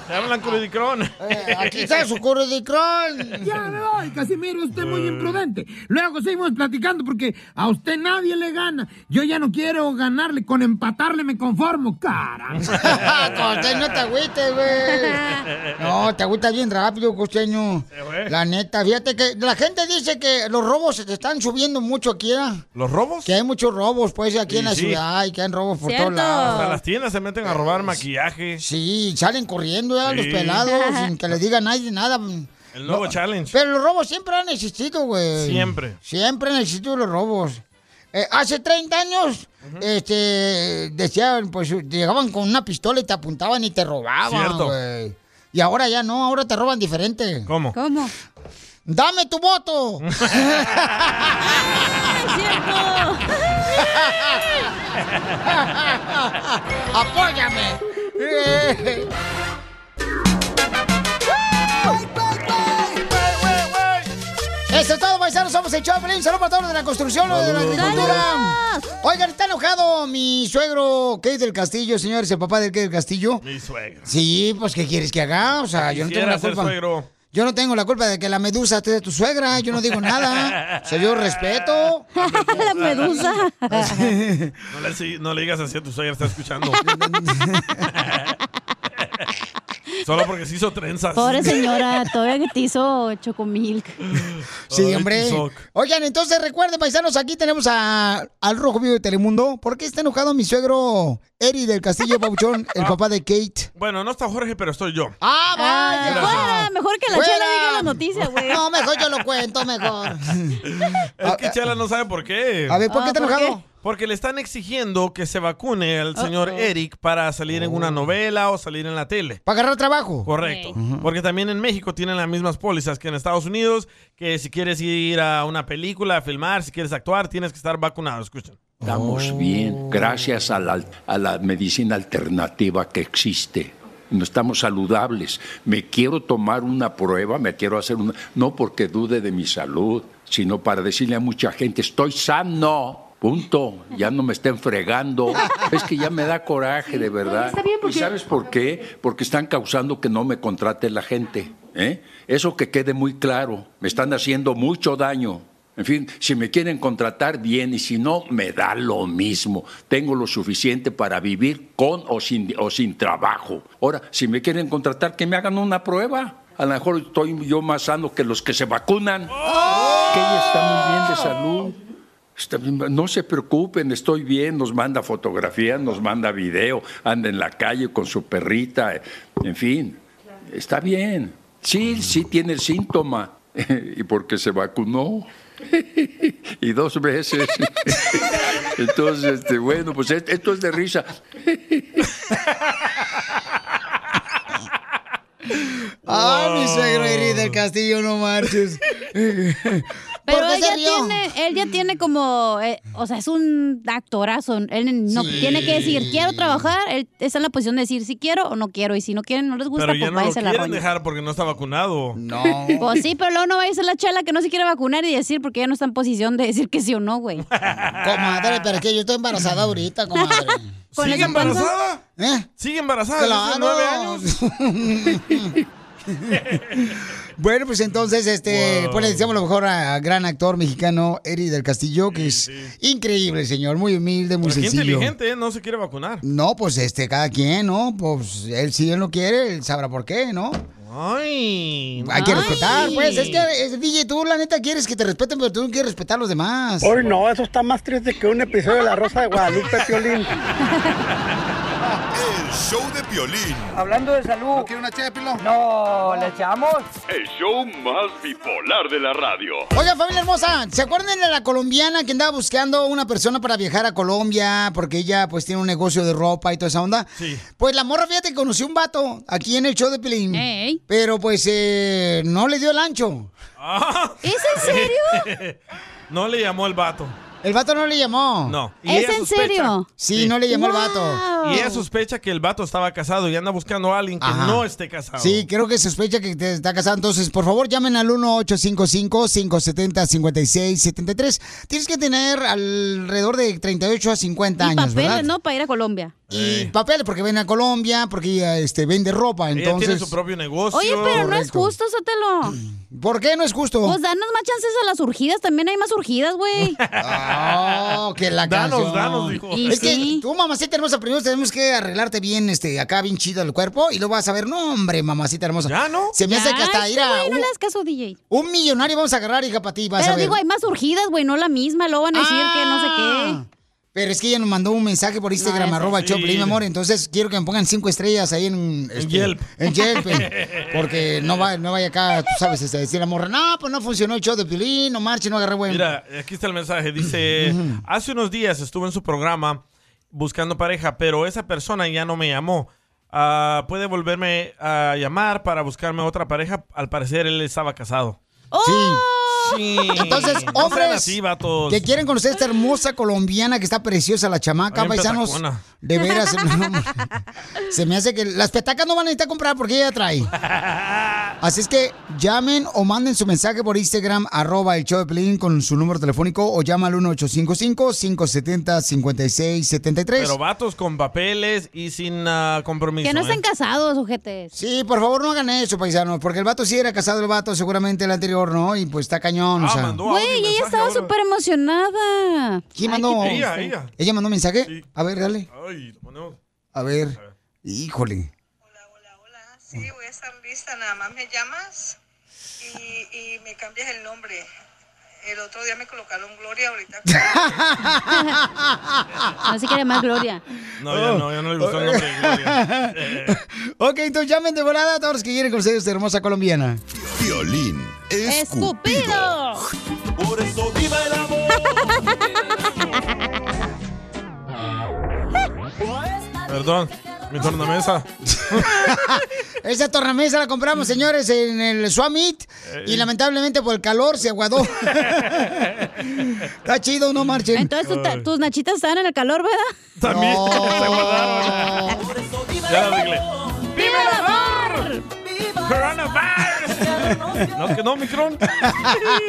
Te hablan crudicrón.
Eh,
aquí está su
crudicrón.
Ya me voy, Casimiro, usted es muy imprudente. Luego seguimos platicando porque a usted nadie le gana. Yo ya no quiero ganarle, con empatarle me conformo, caramba.
costeño, te agüites, güey. No, te agüitas bien rápido, costeño. La neta, fíjate que la gente dice que los robos se te están subiendo mucho aquí, ¿eh?
¿Los robos?
Que hay muchos robos, pues, aquí
Y
en la
sí.
ciudad y que hay robos por todos
Hasta
lados.
las tiendas se meten a robar maquillaje.
Sí, salen corriendo ya los
Sí.
pelados sin que les diga nadie nada.
El nuevo challenge.
Pero los robos siempre han existido, güey.
Siempre.
Siempre han existido los robos. Eh, hace 30 años, este, decían, pues, llegaban con una pistola y te apuntaban y te robaban,
Cierto.
güey. Y ahora ya no, ahora te roban diferente.
¿Cómo?
¿Cómo? ¡Dame tu voto! ¡Apóyame! Eso es todo, paisanos. Somos el Choplin. Saludos para todos los de la construcción, los de la
Saludos.
agricultura. Oigan, está enojado mi suegro Kate del Castillo, señores, el papá del Kate del Castillo.
Mi suegro.
Sí, pues, ¿qué quieres que haga? O sea, yo no tengo
Quisiera
la
ser
culpa.
suegro.
Yo no tengo la culpa de que la medusa esté de tu suegra. Yo no digo nada. O sea, yo respeto. la
medusa. No le, sig- no le digas así a tu suegra, está escuchando. Solo porque se hizo trenzas.
Pobre señora, todavía que te hizo chocomilk.
Sí, hombre. Oigan, entonces recuerden, paisanos, aquí tenemos a, al Rojo Vivo de Telemundo. ¿Por qué está enojado mi suegro Eri del Castillo Pauchón, el papá de Kate?
Bueno, no está Jorge, pero estoy yo.
¡Ah, vaya!
Gracias.
fuera, mejor que la chela diga la noticia, güey.
No, mejor yo lo cuento, mejor.
Es que Chela no sabe por qué.
Ah, eh, A ver, ¿por qué Ah, está ¿por enojado? qué?
Porque le están exigiendo que se vacune al señor
Uh-oh.
Eric para salir
Oh.
en una novela o salir en la tele.
Para agarrar trabajo.
Correcto. Porque también en México tienen las mismas pólizas que en Estados Unidos, que si quieres ir a una película, a filmar, si quieres actuar, tienes que estar vacunado. Escuchen.
Estamos bien, gracias a la, a la medicina alternativa que existe. No estamos saludables. Me quiero tomar una prueba, me quiero hacer una. No porque dude de mi salud, sino para decirle a mucha gente: estoy sano. Punto, ya no me estén fregando. Es que ya me da coraje, de verdad.
está bien, porque-
¿Y sabes por qué? Porque están causando que no me contrate la gente. ¿eh? Eso que quede muy claro. Me están haciendo mucho daño. En fin, si me quieren contratar bien y si no, me da lo mismo. Tengo lo suficiente para vivir con o sin, o sin trabajo. Ahora, si me quieren contratar, que me hagan una prueba. A lo mejor estoy yo más sano que los que se vacunan. Que ella está muy bien de salud. Está bien, Este, No se preocupen, estoy bien, nos manda fotografías, nos manda video, anda en la calle con su perrita, eh, en fin, está bien. Sí, sí tiene el síntoma, y porque se vacunó, y dos veces. Entonces, este, bueno, pues es- esto es de risa.
¡Ah, mi suegro Eri del Castillo, no marches!
Pero
¿Por qué
él
se
ya,
rió?
tiene, él ya tiene como, eh, o sea, es un actorazo. Él no
Sí.
tiene que decir, quiero trabajar. Él está en la posición de decir si quiero o no quiero. Y si no quieren, no les gusta,
Pero ya
pues
no lo
váyanse a la
quieren
roña.
dejar porque no está vacunado.
No.
Pues sí, pero luego no vayas a la chela que no se quiere vacunar y decir porque ya no está en posición de decir que sí o no, güey.
Comadre, pero es que yo estoy embarazada ahorita, comadre.
¿Con ¿Sigue esa panza? embarazada?
¿Eh?
¿Sigue embarazada?
Claro. bueno, pues entonces, este, pues le deseamos lo mejor a- al gran actor mexicano Eri del Castillo, que es increíble, señor, muy humilde, muy
Pero qué
sencillo.
inteligente, ¿eh? no se quiere vacunar.
No, pues este, cada quien, ¿no? Pues él si él no quiere, él sabrá por qué, ¿no?
Ay.
Hay que
ay.
respetar, pues. Es que, es- DJ, tú la neta quieres que te respeten, pero tú no quieres respetar a los demás.
Hoy no, eso está más triste que un episodio de La Rosa de Guadalupe Piolín.
El show de violín.
Hablando de salud. ¿No quiere una ché de No, ¿le echamos?
El show más bipolar de la radio.
Oiga, familia hermosa, ¿se acuerdan de la colombiana que andaba buscando una persona para viajar a Colombia porque ella pues tiene un negocio de ropa y toda esa onda?
Sí.
Pues la morra, fíjate, que conoció un vato aquí en el show de Pelín. Pero pues eh, no le dio el ancho.
Ah.
¿Es en serio?
no le llamó el vato.
El vato no le llamó.
No. Y ella sospecha-
Sí, no le llamó el
Y
vato.
ella sospecha que el vato estaba casado y anda buscando a alguien que
Ajá.
no esté casado.
Sí, creo que sospecha que te- está casado. Entonces, por favor, llamen al 1-855-570-5673. Tienes que tener alrededor de 38 a 50
Y
años,
papeles,
¿verdad?
¿no? Para ir a Colombia.
Y papeles, porque viene a Colombia, porque ella, este, vende ropa,
Ella
entonces...
tiene su propio negocio.
Oye, pero no es justo, Sotelo.
¿Por qué no es justo?
Pues danos más chances a las urgidas. También hay más urgidas, güey.
Oh, que la
Danos,
canción.
danos, dijo. Y
Es
sí.
que tú, mamacita hermosa, primero tenemos que arreglarte bien, este, acá bien chido el cuerpo, y luego vas a ver, no, hombre, mamacita hermosa. Ya, ¿no? Se me hace
Ya,
que hasta
este
ir a...
güey no
un,
le hagas caso, DJ.
un millonario vamos a agarrar, hija, para ti, vas
Pero
a ver. Ah.
digo, hay más urgidas, güey, no la misma. Luego van a decir que no sé qué.
Pero es que ella nos mandó un mensaje por Instagram,
No, esa
arroba
sí.
Choplin, mi amor. Entonces quiero que me pongan cinco estrellas ahí en, este,
Yelp.
en Yelp, eh, porque no, va, no vaya acá, tú sabes, este, decir la morra, no, pues no funcionó el show de Pilín, no marche, no agarré buen.
Mira, aquí está el mensaje. Dice, hace unos días estuve en su programa buscando pareja, pero esa persona ya no me llamó. Ah, puede volverme a llamar para buscarme otra pareja. Al parecer él estaba casado.
Oh.
Sí.
Entonces,
No sean
hombres
así, vatos.
que quieren conocer a esta hermosa colombiana que está preciosa, la chamaca,
Bien
paisanos.
petacona.
De veras, no, se me hace que las petacas no van a necesitar comprar porque ella trae. Así es que llamen o manden su mensaje por Instagram, arroba el show de Pelín con su número telefónico o llama al 1855-570-5673.
Pero vatos con papeles y sin ah, compromiso.
Que no
¿eh?
estén casados, ojetes.
Sí, por favor, no hagan eso, paisanos, porque el vato sí era casado, el vato seguramente el anterior, ¿no? Y pues está cañón, o
Ah,
sea.
Güey, ella estaba súper emocionada.
¿Quién mandó? ¿Ella mandó mensaje? A ver, dale. A ver. Híjole.
Sí,
Mm.
voy a estar lista, nada más me llamas y, y me cambias el nombre. El otro día me colocaron Gloria, ahorita.
No se quiere más gloria.
No, ya no, ya no le gustó el nombre de Gloria. Eh,
ok, entonces llamen de volada a todos los que quieren conocer a esta hermosa colombiana.
Violín.
¡Escupido!
Por eso viva el amor.
Perdón, mi tornamesa.
Esa tornamesa la compramos, señores, en el Swamit
Eh,
y lamentablemente por el calor se aguadó. Está chido, no marchen.
Entonces ¿tú ta- tus nachitas estaban en el calor, ¿verdad?
También se
guardaron.
Ya la arreglé.
¡Viva el amor!
Coronavirus. No, que no, Micron.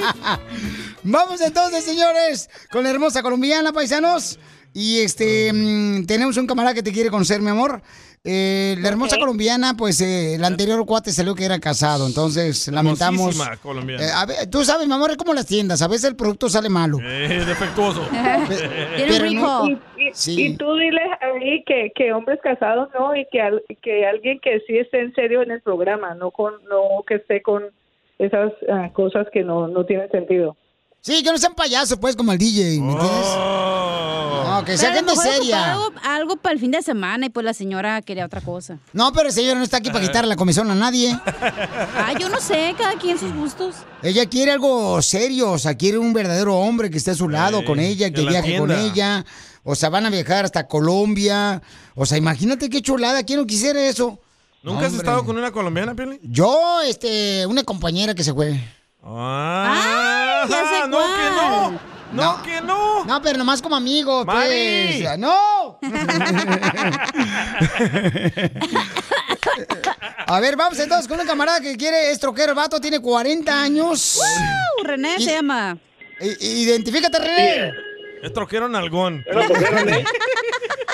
Vamos entonces, señores, con la hermosa colombiana, paisanos. Y este, mm, tenemos un camarada que te quiere conocer, mi amor. Eh, la hermosa colombiana, pues eh, el anterior cuate salió que era casado, entonces lamentamos.
Hermosísima colombiana.
Eh, a ver, tú sabes, mi amor, es como las tiendas, a veces el producto sale malo.
Eh, defectuoso.
Pero no-
Y, y-
Sí.
y tú diles ahí que, que hombres casados no y que, al- que alguien que sí esté en serio en el programa, no con no que esté con esas ah, cosas que no, no tienen sentido.
Sí, que no sean payasos, pues, como el DJ, ¿me entiendes?
Oh.
No, que sea
Pero a lo
gente
mejor
seria.
ocupaba Algo, algo para el fin de semana y pues la señora quería otra cosa.
No, pero el señor no está aquí para quitarle la comisión a nadie.
Ah, yo no sé, cada quien sus gustos.
Ella quiere algo serio, o sea, quiere un verdadero hombre que esté a su lado con ella,
que
que
la
viaje con
atienda.
ella. O sea, van a viajar hasta Colombia. O sea, imagínate qué chulada, ¿quién no quisiera eso?
¿Nunca has
Hombre.
estado con una colombiana, Pili?
Yo, este, una compañera que se fue.
Ah, no, que no.
No,
que no.
No, pero nomás como amigos,
Mari.
pues. ¡No! A ver, vamos entonces con un camarada que quiere, es troquero, el vato, tiene 40 años.
¡Wow! René se llama.
identifícate, René.
Es troquero nalgón.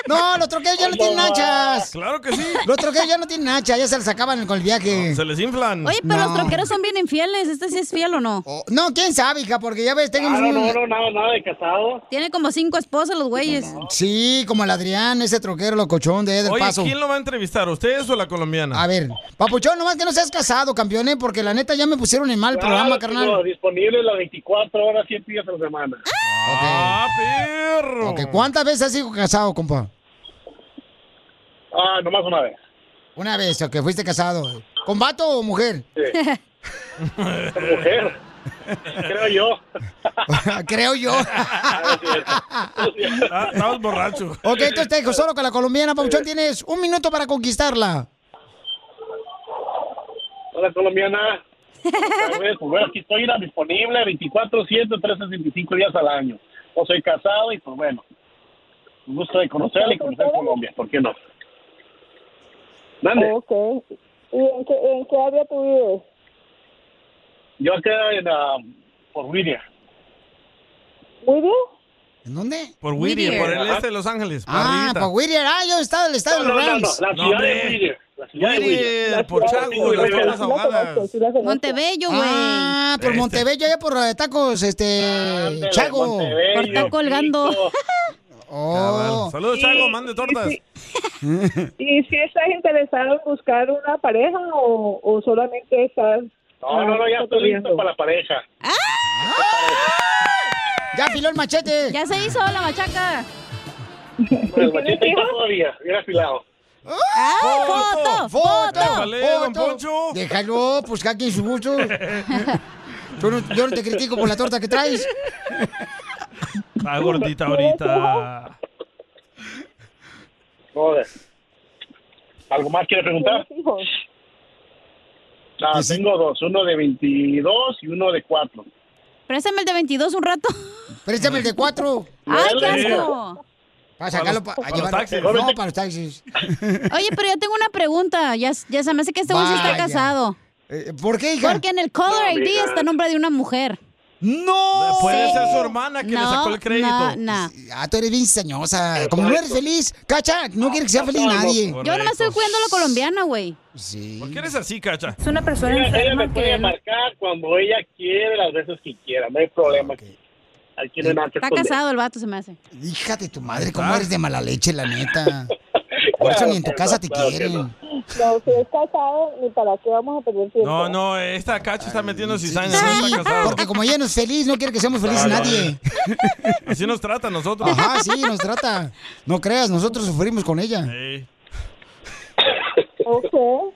No, los troqueros ya no tienen hachas.
Claro que sí.
Los troqueros ya no tienen hachas, ya se las sacaban con el viaje.
Se les
Mm.
inflan.
Oye, pero
No. Oh,
los troqueros son bien infieles. ¿Este sí es fiel o no?
No, quién sabe, hija, porque ya ves,
Ah,
tenemos un-
nada, nada de casado. Tiene como cinco esposas los güeyes.
Sí, como el Adrián, ese troquero locochón de ahí del
Oye,
paso.
¿quién lo va a entrevistar? ¿Ustedes o la colombiana?
A ver, papuchón, nomás que no seas casado, campeón, ¿eh? porque la neta ya me pusieron en mal
Claro,
programa,
chico,
carnal.
Ah, disponible las 24 horas, 7 días a la semana.
Ah, perro.
Ok, ¿Cuántas veces has sido casado, compa?
Ah, nomás una vez.
Una vez, que fuiste casado. ¿Con vato o mujer?
Mujer. Creo yo.
Creo yo.
Estabas borracho.
Ok, entonces te dejo solo con la colombiana, Papuchón. Tienes un minuto para conquistarla.
Hola, colombiana. Pues, bueno, aquí estoy mira, disponible 24, 7, 365 días al año. O soy casado y pues bueno. Un gusto de conocerla y conocer Colombia, ¿por qué no? Dale.
Ok. ¿Y en qué, en qué área tú vives?
Yo acá en, ah, por Whittier.
Muy bien.
¿En dónde?
Por Whittier,
Whittier.
por el este de Los Ángeles.
Ah,
arribita.
para Whittier. Ah, yo estaba del estado de los Rams.
No, hombre. Whittier, por Chago, las tortas ahogadas.
Montebello, güey.
Ah, por Montebello, allá por eh, tacos, este. Chago.
Por estar colgando.
Oh.
Saludos, Chago, mande tortas.
¿Y si estás interesado en buscar una pareja o, o solamente estás... ah,
No, no, no, ya estoy listo para la pareja.
Ya afiló el machete.
Ya se hizo la machaca.
El machete ahí está todavía, bien afilado.
¡Ah,
¡Foto! ¡Foto!
Ándale, don Poncho.
Déjalo, pues cada quien su gusto. Yo no, yo no te critico por la torta que traes.
Está gordita ahorita.
Joder. ¿Algo más quiere preguntar? Ah, tengo dos, uno de 22 y uno de 4.
Préstame el de 22 un rato.
Préstame el de 4.
¡Ay, qué asco!
Para sacarlo pa-
para
a
los
llevar.
taxis.
No, para los taxis.
Oye, pero yo tengo una pregunta. Ya, ya se me hace que este güey sí está
Vaya.
casado.
Eh, ¿Por qué, hija?
Porque en el Color
No,
ID
mija.
está el nombre de una mujer.
¡No!
Puede ser su
hermana
que le No, sacó el crédito. no, no.
Ah, tú eres bien cizañosa. Como no eres feliz, cacha, no quieres que sea feliz nadie.
Yo nomás estoy cuidando a la colombiana, güey.
¿Por qué eres así, Cacha?
Es una persona
Ella, ella
enferma
me puede
que-
marcar cuando ella quiere, las veces que quiera, no hay problema. Aquí no hay nada que
Está
esconder.
casado el vato, se me hace.
Hija de tu madre, ¿cómo eres de mala leche, la neta? Por eso ni en tu casa te quieren.
No, si es casado, ni para qué vamos a perder tiempo.
No, no, esta Cacha está metiendo cizaña, no está casado.
Porque como ella no es feliz, no quiere que seamos felices
Claro.
nadie.
Así nos trata a nosotros.
Ajá, sí, nos trata. No creas, nosotros sufrimos con ella.
Sí.
Ok.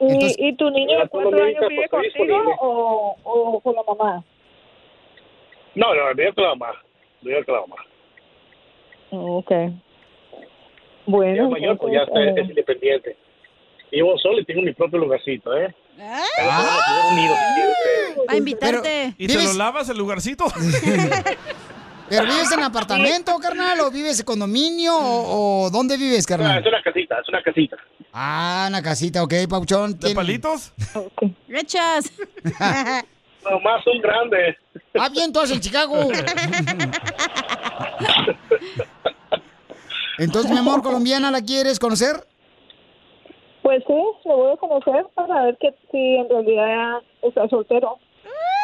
¿Y,
Entonces-
y tu niño de
Era
cuatro
solo mi
años
hija,
vive
pues, estoy
contigo
disponible.
o, o con la mamá?
No, no, vive con la mamá. Vive con la mamá.
Ok.
Ya
Bueno,
mayor, pues ya
entonces,
está,
eh,
es independiente. Vivo solo y tengo mi propio lugarcito, ¿eh? Ah, unido, si quiere usted.
Va a invitarte.
¿Y te lo lavas el lugarcito?
¿Pero vives en apartamento, carnal? ¿O vives en condominio? ¿O, o dónde vives,
Ah,
carnal?
es una casita, es una casita.
Ah, una casita, ok, Pauchón. ¿De
palitos?
¡Rechas!
Nomás son grandes.
Ah, bien, todos en Chicago. Entonces, mi amor, colombiana, ¿la quieres conocer?
Pues sí, lo voy a conocer para ver que si en realidad está soltero.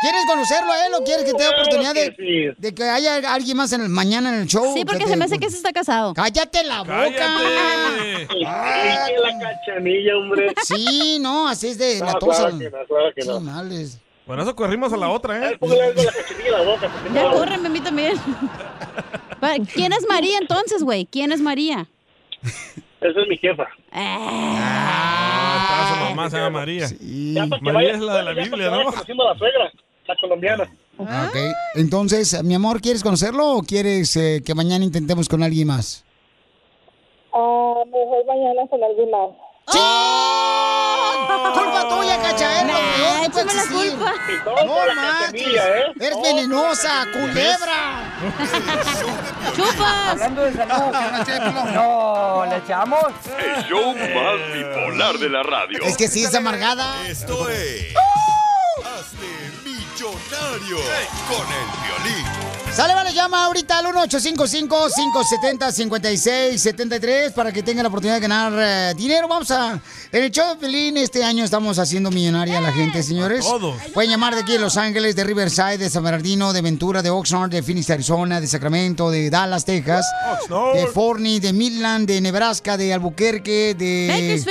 ¿Quieres conocerlo a él o quieres que te dé
Claro
oportunidad de,
que
de que haya alguien más en el, mañana en el show?
Sí, porque se me hace que se está casado.
¡Cállate la
¡Cállate!
boca!
¡Ay, qué la cachanilla, hombre!
Sí, no, así es de
No,
la
claro
tosa.
que no, claro que no.
Sí, males.
Bueno, eso corrimos a la otra, ¿eh?
Ya córreme a mí también. Va, ¿Quién es María entonces, güey? ¿Quién es María?
Esa es mi jefa.
Ah, está su mamá, se llama María. María es la de la Biblia, ¿no?
Conociendo a la suegra, la colombiana.
Ah, ok. Entonces, mi amor, ¿quieres conocerlo o quieres eh, que mañana intentemos con alguien más?
Ah, mejor mañana con alguien más.
¡Culpa tuya, cacha! ¡Eres la peor que puede
Nah, échame la
existir.
culpa.
Y
¡No
todo por la
marches!
cachanilla, ¿eh?
¡Eres venenosa, culebra!
¡Chupas!
Hablando de salud, ¿quiere una ché de pilón? No, ¿le echamos?
El show más bipolar de la radio.
Es que sí, es amargada.
Esto es. Hazte millonario con el violín.
Sale, vale, llama ahorita al 1855-570-5673 para que tenga la oportunidad de ganar eh, dinero. Vamos a. En el show de Pelín este año estamos haciendo millonaria a la gente, señores.
todos.
Pueden llamar de aquí de Los Ángeles, de Riverside, de San Bernardino, de Ventura, de Oxnard, de Phoenix, Arizona, de Sacramento, de Dallas, Texas,
Oxnard.
de Forney, de Midland, de Nebraska, de Albuquerque, de.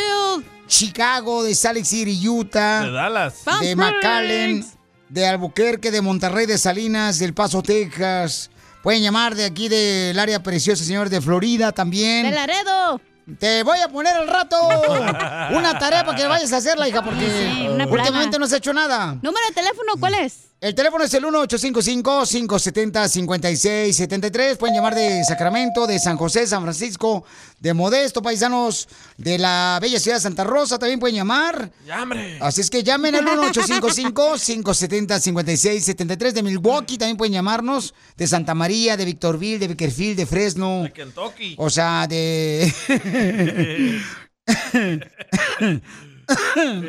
Chicago, de Salt Lake City, Utah.
De Dallas. Palm
De
Springs.
McAllen, de Albuquerque, de Monterrey, de Salinas, del Paso, Texas. Pueden llamar de aquí del área preciosa, señor, de Florida también.
¡De Laredo!
Te voy a poner al rato una tarea para que vayas a hacerla, hija, porque
Sí, una
últimamente
plana.
no has hecho nada.
¿Número de teléfono cuál es?
El teléfono es el 1-855-570-5673. Pueden llamar de Sacramento, de San José, San Francisco, de Modesto, paisanos de la bella ciudad de Santa Rosa. También pueden llamar.
Ya, hombre.
Así es que llamen al 1-855-570-5673 de Milwaukee. También pueden llamarnos de Santa María, de Victorville, de Bakersfield, de Fresno. De
Kentucky.
O sea, de.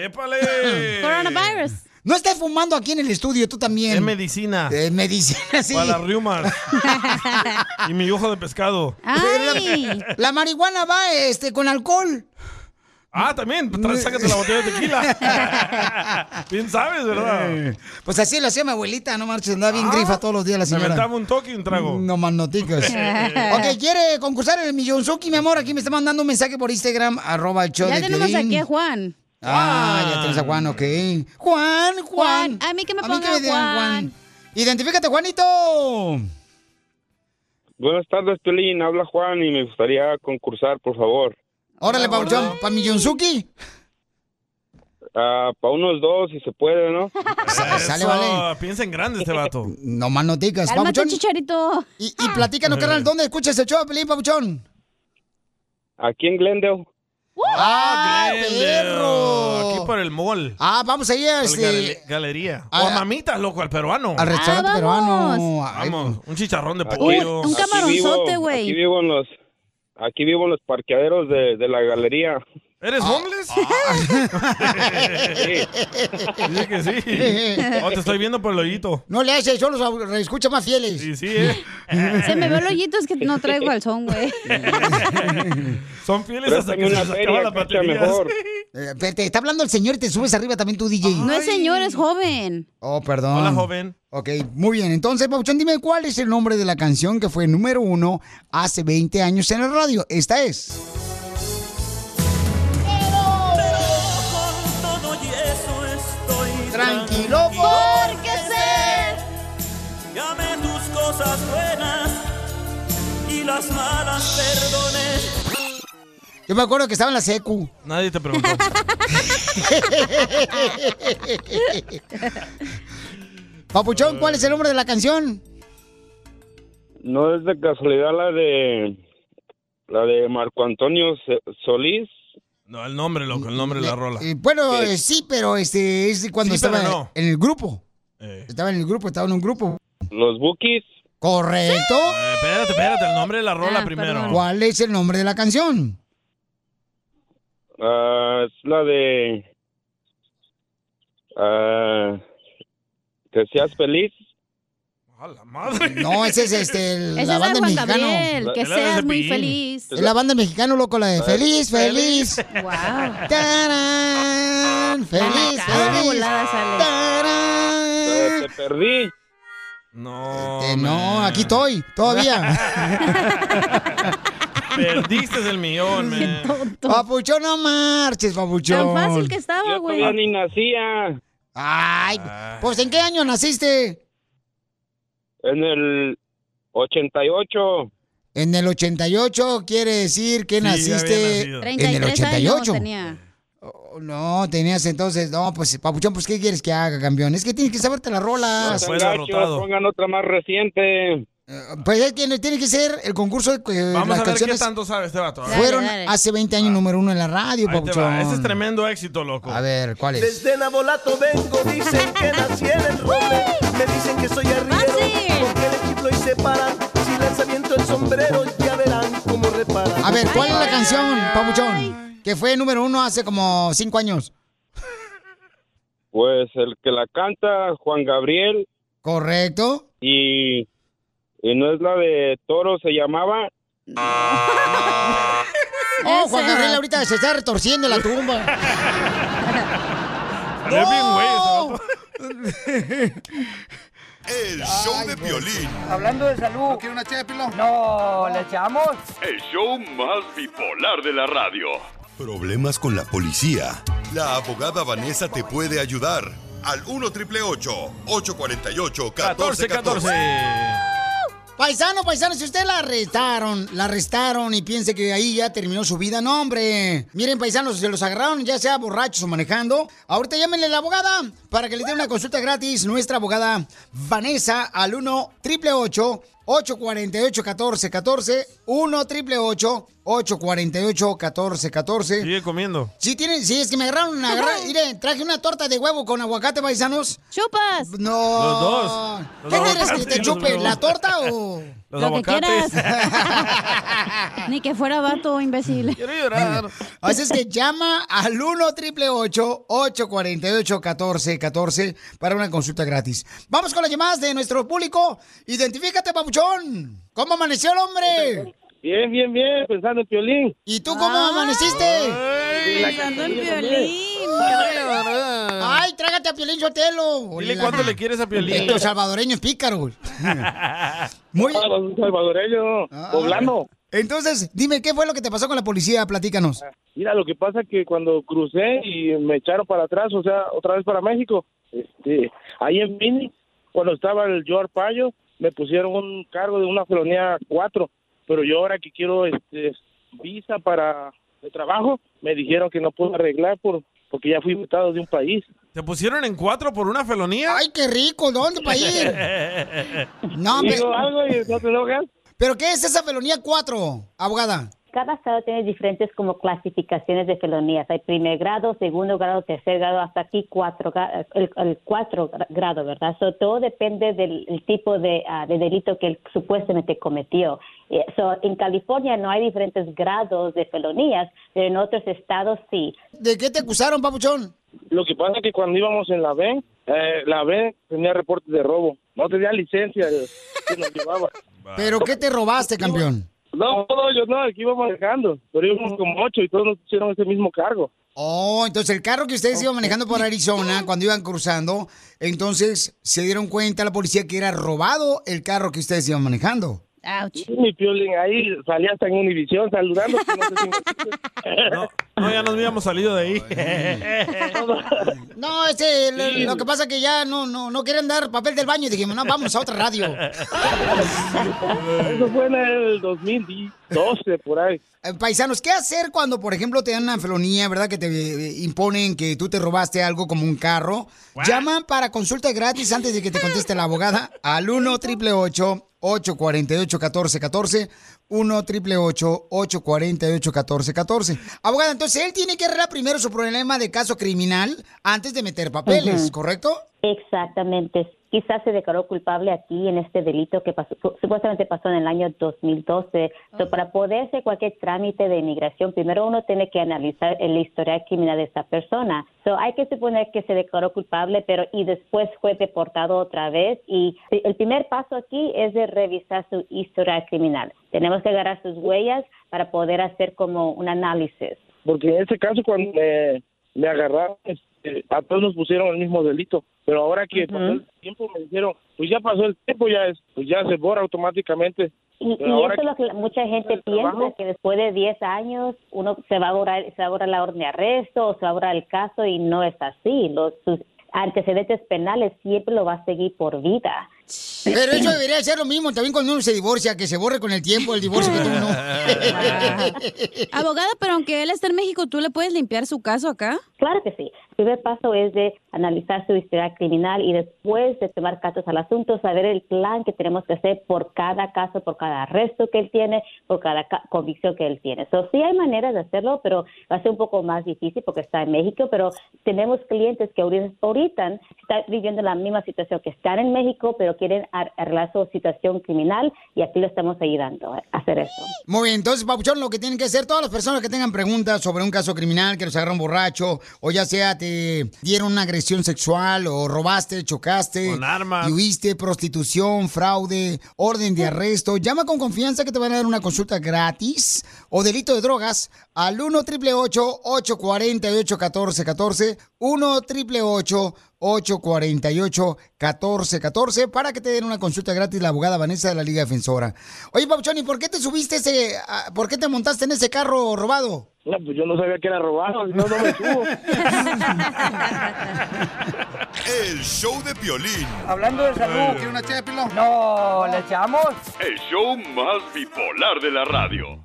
¡Épale!
Coronavirus.
No estás fumando aquí en el estudio, tú también.
Es medicina.
Es medicina, sí.
Para las riumas. y mi ojo de pescado.
Ah. Pero La, la marihuana va este, con alcohol.
Ah, también. tra- Sácate la botella de tequila. bien sabes, ¿verdad?
Pues así lo hacía mi abuelita, no marches, andaba
Ah.
bien grifa todos los días la
Me
señora.
aventaba un toque y un trago.
No más noticas. ok, ¿quiere concursar en el Millonzuki, mi amor? Aquí me está mandando un mensaje por Instagram, arroba el show
Ya
de
tenemos
Piolín.
aquí a Juan.
Ah, ya tenemos a Juan, ok. Juan, Juan.
Juan, a mí que me
A mí que me
ponga
digan
Juan.
Identifícate, Juanito.
Buenas tardes, Piolín. Habla Juan y me gustaría concursar, por favor.
Órale, Pabuchón, para Millonzuki.
Ah, para unos dos, si se puede, ¿no?
Sale, vale.
Piensa en grande este vato.
No más no digas,
Cálmate,
Pabuchón.
chicharito.
Y, y
Ah.
platícanos, carnal, ¿dónde escuchas el show, Pelín, Pabuchón?
Aquí en Glendale.
¡Ah,
Glendale, Aquí por el mall.
Ah, vamos ahí a
Por
este-
gale- Galería. O a mamitas, loco, al peruano.
Al restaurante Ah, vamos. peruano. Ay,
Vamos, un chicharrón de
Aquí-
pollo.
aquí vivo- Aquí vivo en los, aquí vivo en los parqueaderos de, de la galería.
¿Eres
Ah.
homeless? Dice que sí. Oh, te estoy viendo por el hoyito.
No le haces, yo los escucha más fieles. Sí,
sí, eh.
Se me ve el hoyito, es que no traigo al son, güey.
Ah.
Son fieles hasta que se
Préstame una
les
feria,
acaba la
cacha,
batería.
mejor.
Eh, te- te está hablando el señor y te subes arriba también tu DJ.
No es señor, es joven.
Oh, perdón.
Hola, joven.
Ok, muy bien. Entonces, Pabuchón, dime cuál es el nombre de la canción que fue número uno hace 20 años en la radio. Esta es.
todo y eso estoy
Tranquilo,
porque sé. Llame tus cosas buenas y las malas perdoné.
Yo me acuerdo que estaba en la secu.
Nadie te preguntó.
Papuchón, ¿cuál es el nombre de la canción?
No es de casualidad la de la de Marco Antonio Se- Solís.
No, el nombre, loco, el nombre de la rola.
Eh, bueno, eh, sí, pero este es cuando
Sí, pero
estaba
no. Eh.
en el grupo. Estaba en el grupo, estaba en un grupo.
Los Bookies.
Correcto.
Eh, espérate, espérate, el nombre de la
Ah,
rola primero.
¿Cuál es el nombre de la canción?
Ah, es la de ah, que seas feliz.
No, ese es este el-
Esa
la
es la
banda
de Juan
mexicano.
Gabriel, que Es la de seas muy Cepillín. feliz.
Es la banda mexicano loco la de feliz, feliz.
Wow.
Tarán, feliz,
de
feliz.
volada sale.
Ah, te perdí.
No.
Eh, no, aquí estoy, todavía.
Perdiste el millón, man.
papuchón, no marches, papuchón.
Tan fácil que
Yo
estaba,
todavía ni nacía.
Ay, pues ¿en qué año naciste?
En el 88.
En el 88 quiere decir que
Sí, ya había
naciste
nacido.
en el
33 años
88.
tenía.
No, tenías entonces, no, pues papuchón, pues ¿qué quieres que haga, campeón? Es que tienes que saberte las
No
rolas.
sean gachos, pongan otra más reciente.
Pues es que tiene que ser el concurso de que las
Vamos a ver qué
canciones
tanto sabe este vato. a ver.
fueron hace 20 años número uno en la radio,
Ahí te va. Ese es
papuchón.
tremendo éxito, loco.
A ver, ¿cuál es?
Desde Nabolato vengo, dicen que nací en el roble. Me dicen que soy arriero, porque le chiflo y se paran. Si les aviento el sombrero, ya verán cómo reparan.
A ver, ¿cuál es la canción, papuchón? Que fue número uno hace como cinco años.
Pues el que la canta, Juan Gabriel.
Correcto.
Y, y no es la de Toro, se llamaba.
Oh, Juan Gabriel ahorita se está retorciendo en la tumba.
Salió bien güey ese vato.
El show de violín. Hablando de salud. ¿No quiere una chépilo? No, ¿le echamos?
El show más bipolar de la radio.
Problemas con la policía. La abogada Vanessa te puede ayudar. Al 1 triple 848 1414.
Paisano, paisano, si usted la arrestaron, la arrestaron y piense que ahí ya terminó su vida, no, hombre. Miren, paisanos, se los agarraron, ya sea borrachos o manejando. Ahorita llámenle a la abogada para que le dé una consulta gratis. Nuestra abogada Vanessa al 1 888 848 1414 1 888 848 1414
Sigue comiendo.
Sí, tienen, sí, es que me agarraron, me agarraron. Mire, traje una torta de huevo con aguacate, paisanos.
¡Chupas!
No.
Los dos. Los
¿Qué
dos
quieres que
aguacates y
te
los
chupe?
huevos.
¿La torta o...?
Los
Lo que
aguacates.
Ni que fuera vato, imbécil.
Quiero llorar.
Así Pues es que llama al 1 triple 848 1414 para una consulta gratis. Vamos con las llamadas de nuestro público. Identifícate, papuchón. ¿Cómo amaneció el hombre?
Bien, bien, bien, pensando en Piolín.
¿Y tú cómo amaneciste?
Ah. Pensando en Piolín.
Ay, trágate a Piolín Sotelo.
Dile cuánto le quieres a Piolín.
Estos salvadoreños pícaros. Muy
Ah,
Ah.
salvadoreño, poblano.
Entonces, dime, ¿qué fue lo que te pasó con la policía? Platícanos.
Mira, lo que pasa que cuando crucé y me echaron para atrás, o sea, otra vez para México, este, ahí en Phoenix, cuando estaba el George Payo,
me pusieron un cargo de una felonía 4, pero yo ahora que quiero este, visa para de trabajo, me dijeron que no puedo arreglar por porque ya fui votado de un país.
¿Te pusieron en cuatro por una felonía?
¡Ay, qué rico! ¿Dónde para ir? No,
Digo algo y
no te enojas. ¿Pero qué es esa felonía 4, abogada?
Cada estado tiene diferentes como clasificaciones de felonías. Hay primer grado, segundo grado, tercer grado, hasta aquí cuatro, gra- el, el cuatro gra- grado, ¿verdad? So, todo depende del el tipo de, ah, de delito que él supuestamente cometió. Eh, So, en California no hay diferentes grados de felonías, pero en otros estados sí.
¿De qué te acusaron, papuchón?
Lo que pasa es que cuando íbamos en la B, eh, la B tenía reportes de robo. No tenía licencia eh, que nos llevaba.
¿Pero qué te robaste, campeón?
No, no, yo no, aquí íbamos manejando. Pero íbamos como ocho y todos nos hicieron ese mismo cargo.
Oh, entonces el carro que ustedes iban manejando por Arizona cuando iban cruzando, entonces se dieron cuenta la policía que era robado el carro que ustedes iban manejando.
Y Mi piolín ahí salía hasta en Univisión saludando. que no sé si
No, ya nos habíamos salido de ahí.
No, este, lo, lo que pasa que ya no, no, no quieren dar papel del baño y dijimos, no, vamos a otra radio.
me- Eso fue en el 2012, por ahí.
Eh, Paisanos, ¿qué hacer cuando, por ejemplo, te dan una felonía, verdad? Que te eh, imponen que tú te robaste algo como un carro. Llaman para consulta gratis antes de que te conteste la abogada al 1 triple 848 1414 1 triple 848 1414 Abogada, entonces él tiene que arreglar primero su problema de caso criminal antes de meter papeles,
Ujú.
¿correcto?
Exactamente. Quizás se declaró culpable aquí en este delito que pasó- supuestamente pasó en el año 2012. So, para poder hacer cualquier trámite de inmigración, primero uno tiene que analizar el historial criminal de esa persona. So, hay que suponer que se declaró culpable, pero y después fue deportado otra vez. Y el primer paso aquí es de revisar su historial criminal. Tenemos que agarrar sus huellas para poder hacer como un análisis.
Porque en ese caso, cuando me, me agarraron, este, a todos nos pusieron el mismo delito. Pero ahora que pasó el tiempo, me dijeron, pues ya pasó el tiempo, ya es, pues ya se borra automáticamente.
Y,
Pero
y
ahora
eso es lo que la- mucha gente piensa,
trabajo.
que después de 10 años uno se va a borrar, se va a borrar la orden de arresto o se va a borrar el caso y no es así. Los, sus antecedentes penales siempre lo va a seguir por vida.
Pero eso debería ser lo mismo también cuando uno se divorcia, que se borre con el tiempo el divorcio que tú no.
Abogada, pero aunque él está en México, ¿tú le puedes limpiar su caso acá?
Claro que sí. El primer paso es de analizar su historia criminal y después de tomar cartas al asunto, saber el plan que tenemos que hacer por cada caso, por cada arresto que él tiene, por cada ca- convicción que él tiene. So, sí hay maneras de hacerlo, pero va a ser un poco más difícil porque está en México, pero tenemos clientes que ahorita, ahorita están viviendo la misma situación, que están en México, pero quieren ar- arreglar su situación criminal y aquí lo estamos ayudando a hacer eso.
Muy bien, entonces, Papuchón, lo que tienen que hacer todas las personas que tengan preguntas sobre un caso criminal, que los agarraron borracho, o ya sea te dieron una agresión sexual, o robaste, chocaste,
Con armas.
y huiste, prostitución, fraude, orden de arresto, llama con confianza que te van a dar una consulta gratis o delito de drogas al 1 888 848 1414 1 888 848-1414 para que te den una consulta gratis la abogada Vanessa de la Liga Defensora. Oye, Papuchón, ¿y por qué te subiste ese, a- por qué te montaste en ese carro robado?
No, pues yo no sabía que era robado, si no, no me subo.
El show de Piolín.
Hablando de salud. ¿Quiere una ché, No, ¿le echamos?
El show más bipolar de la radio.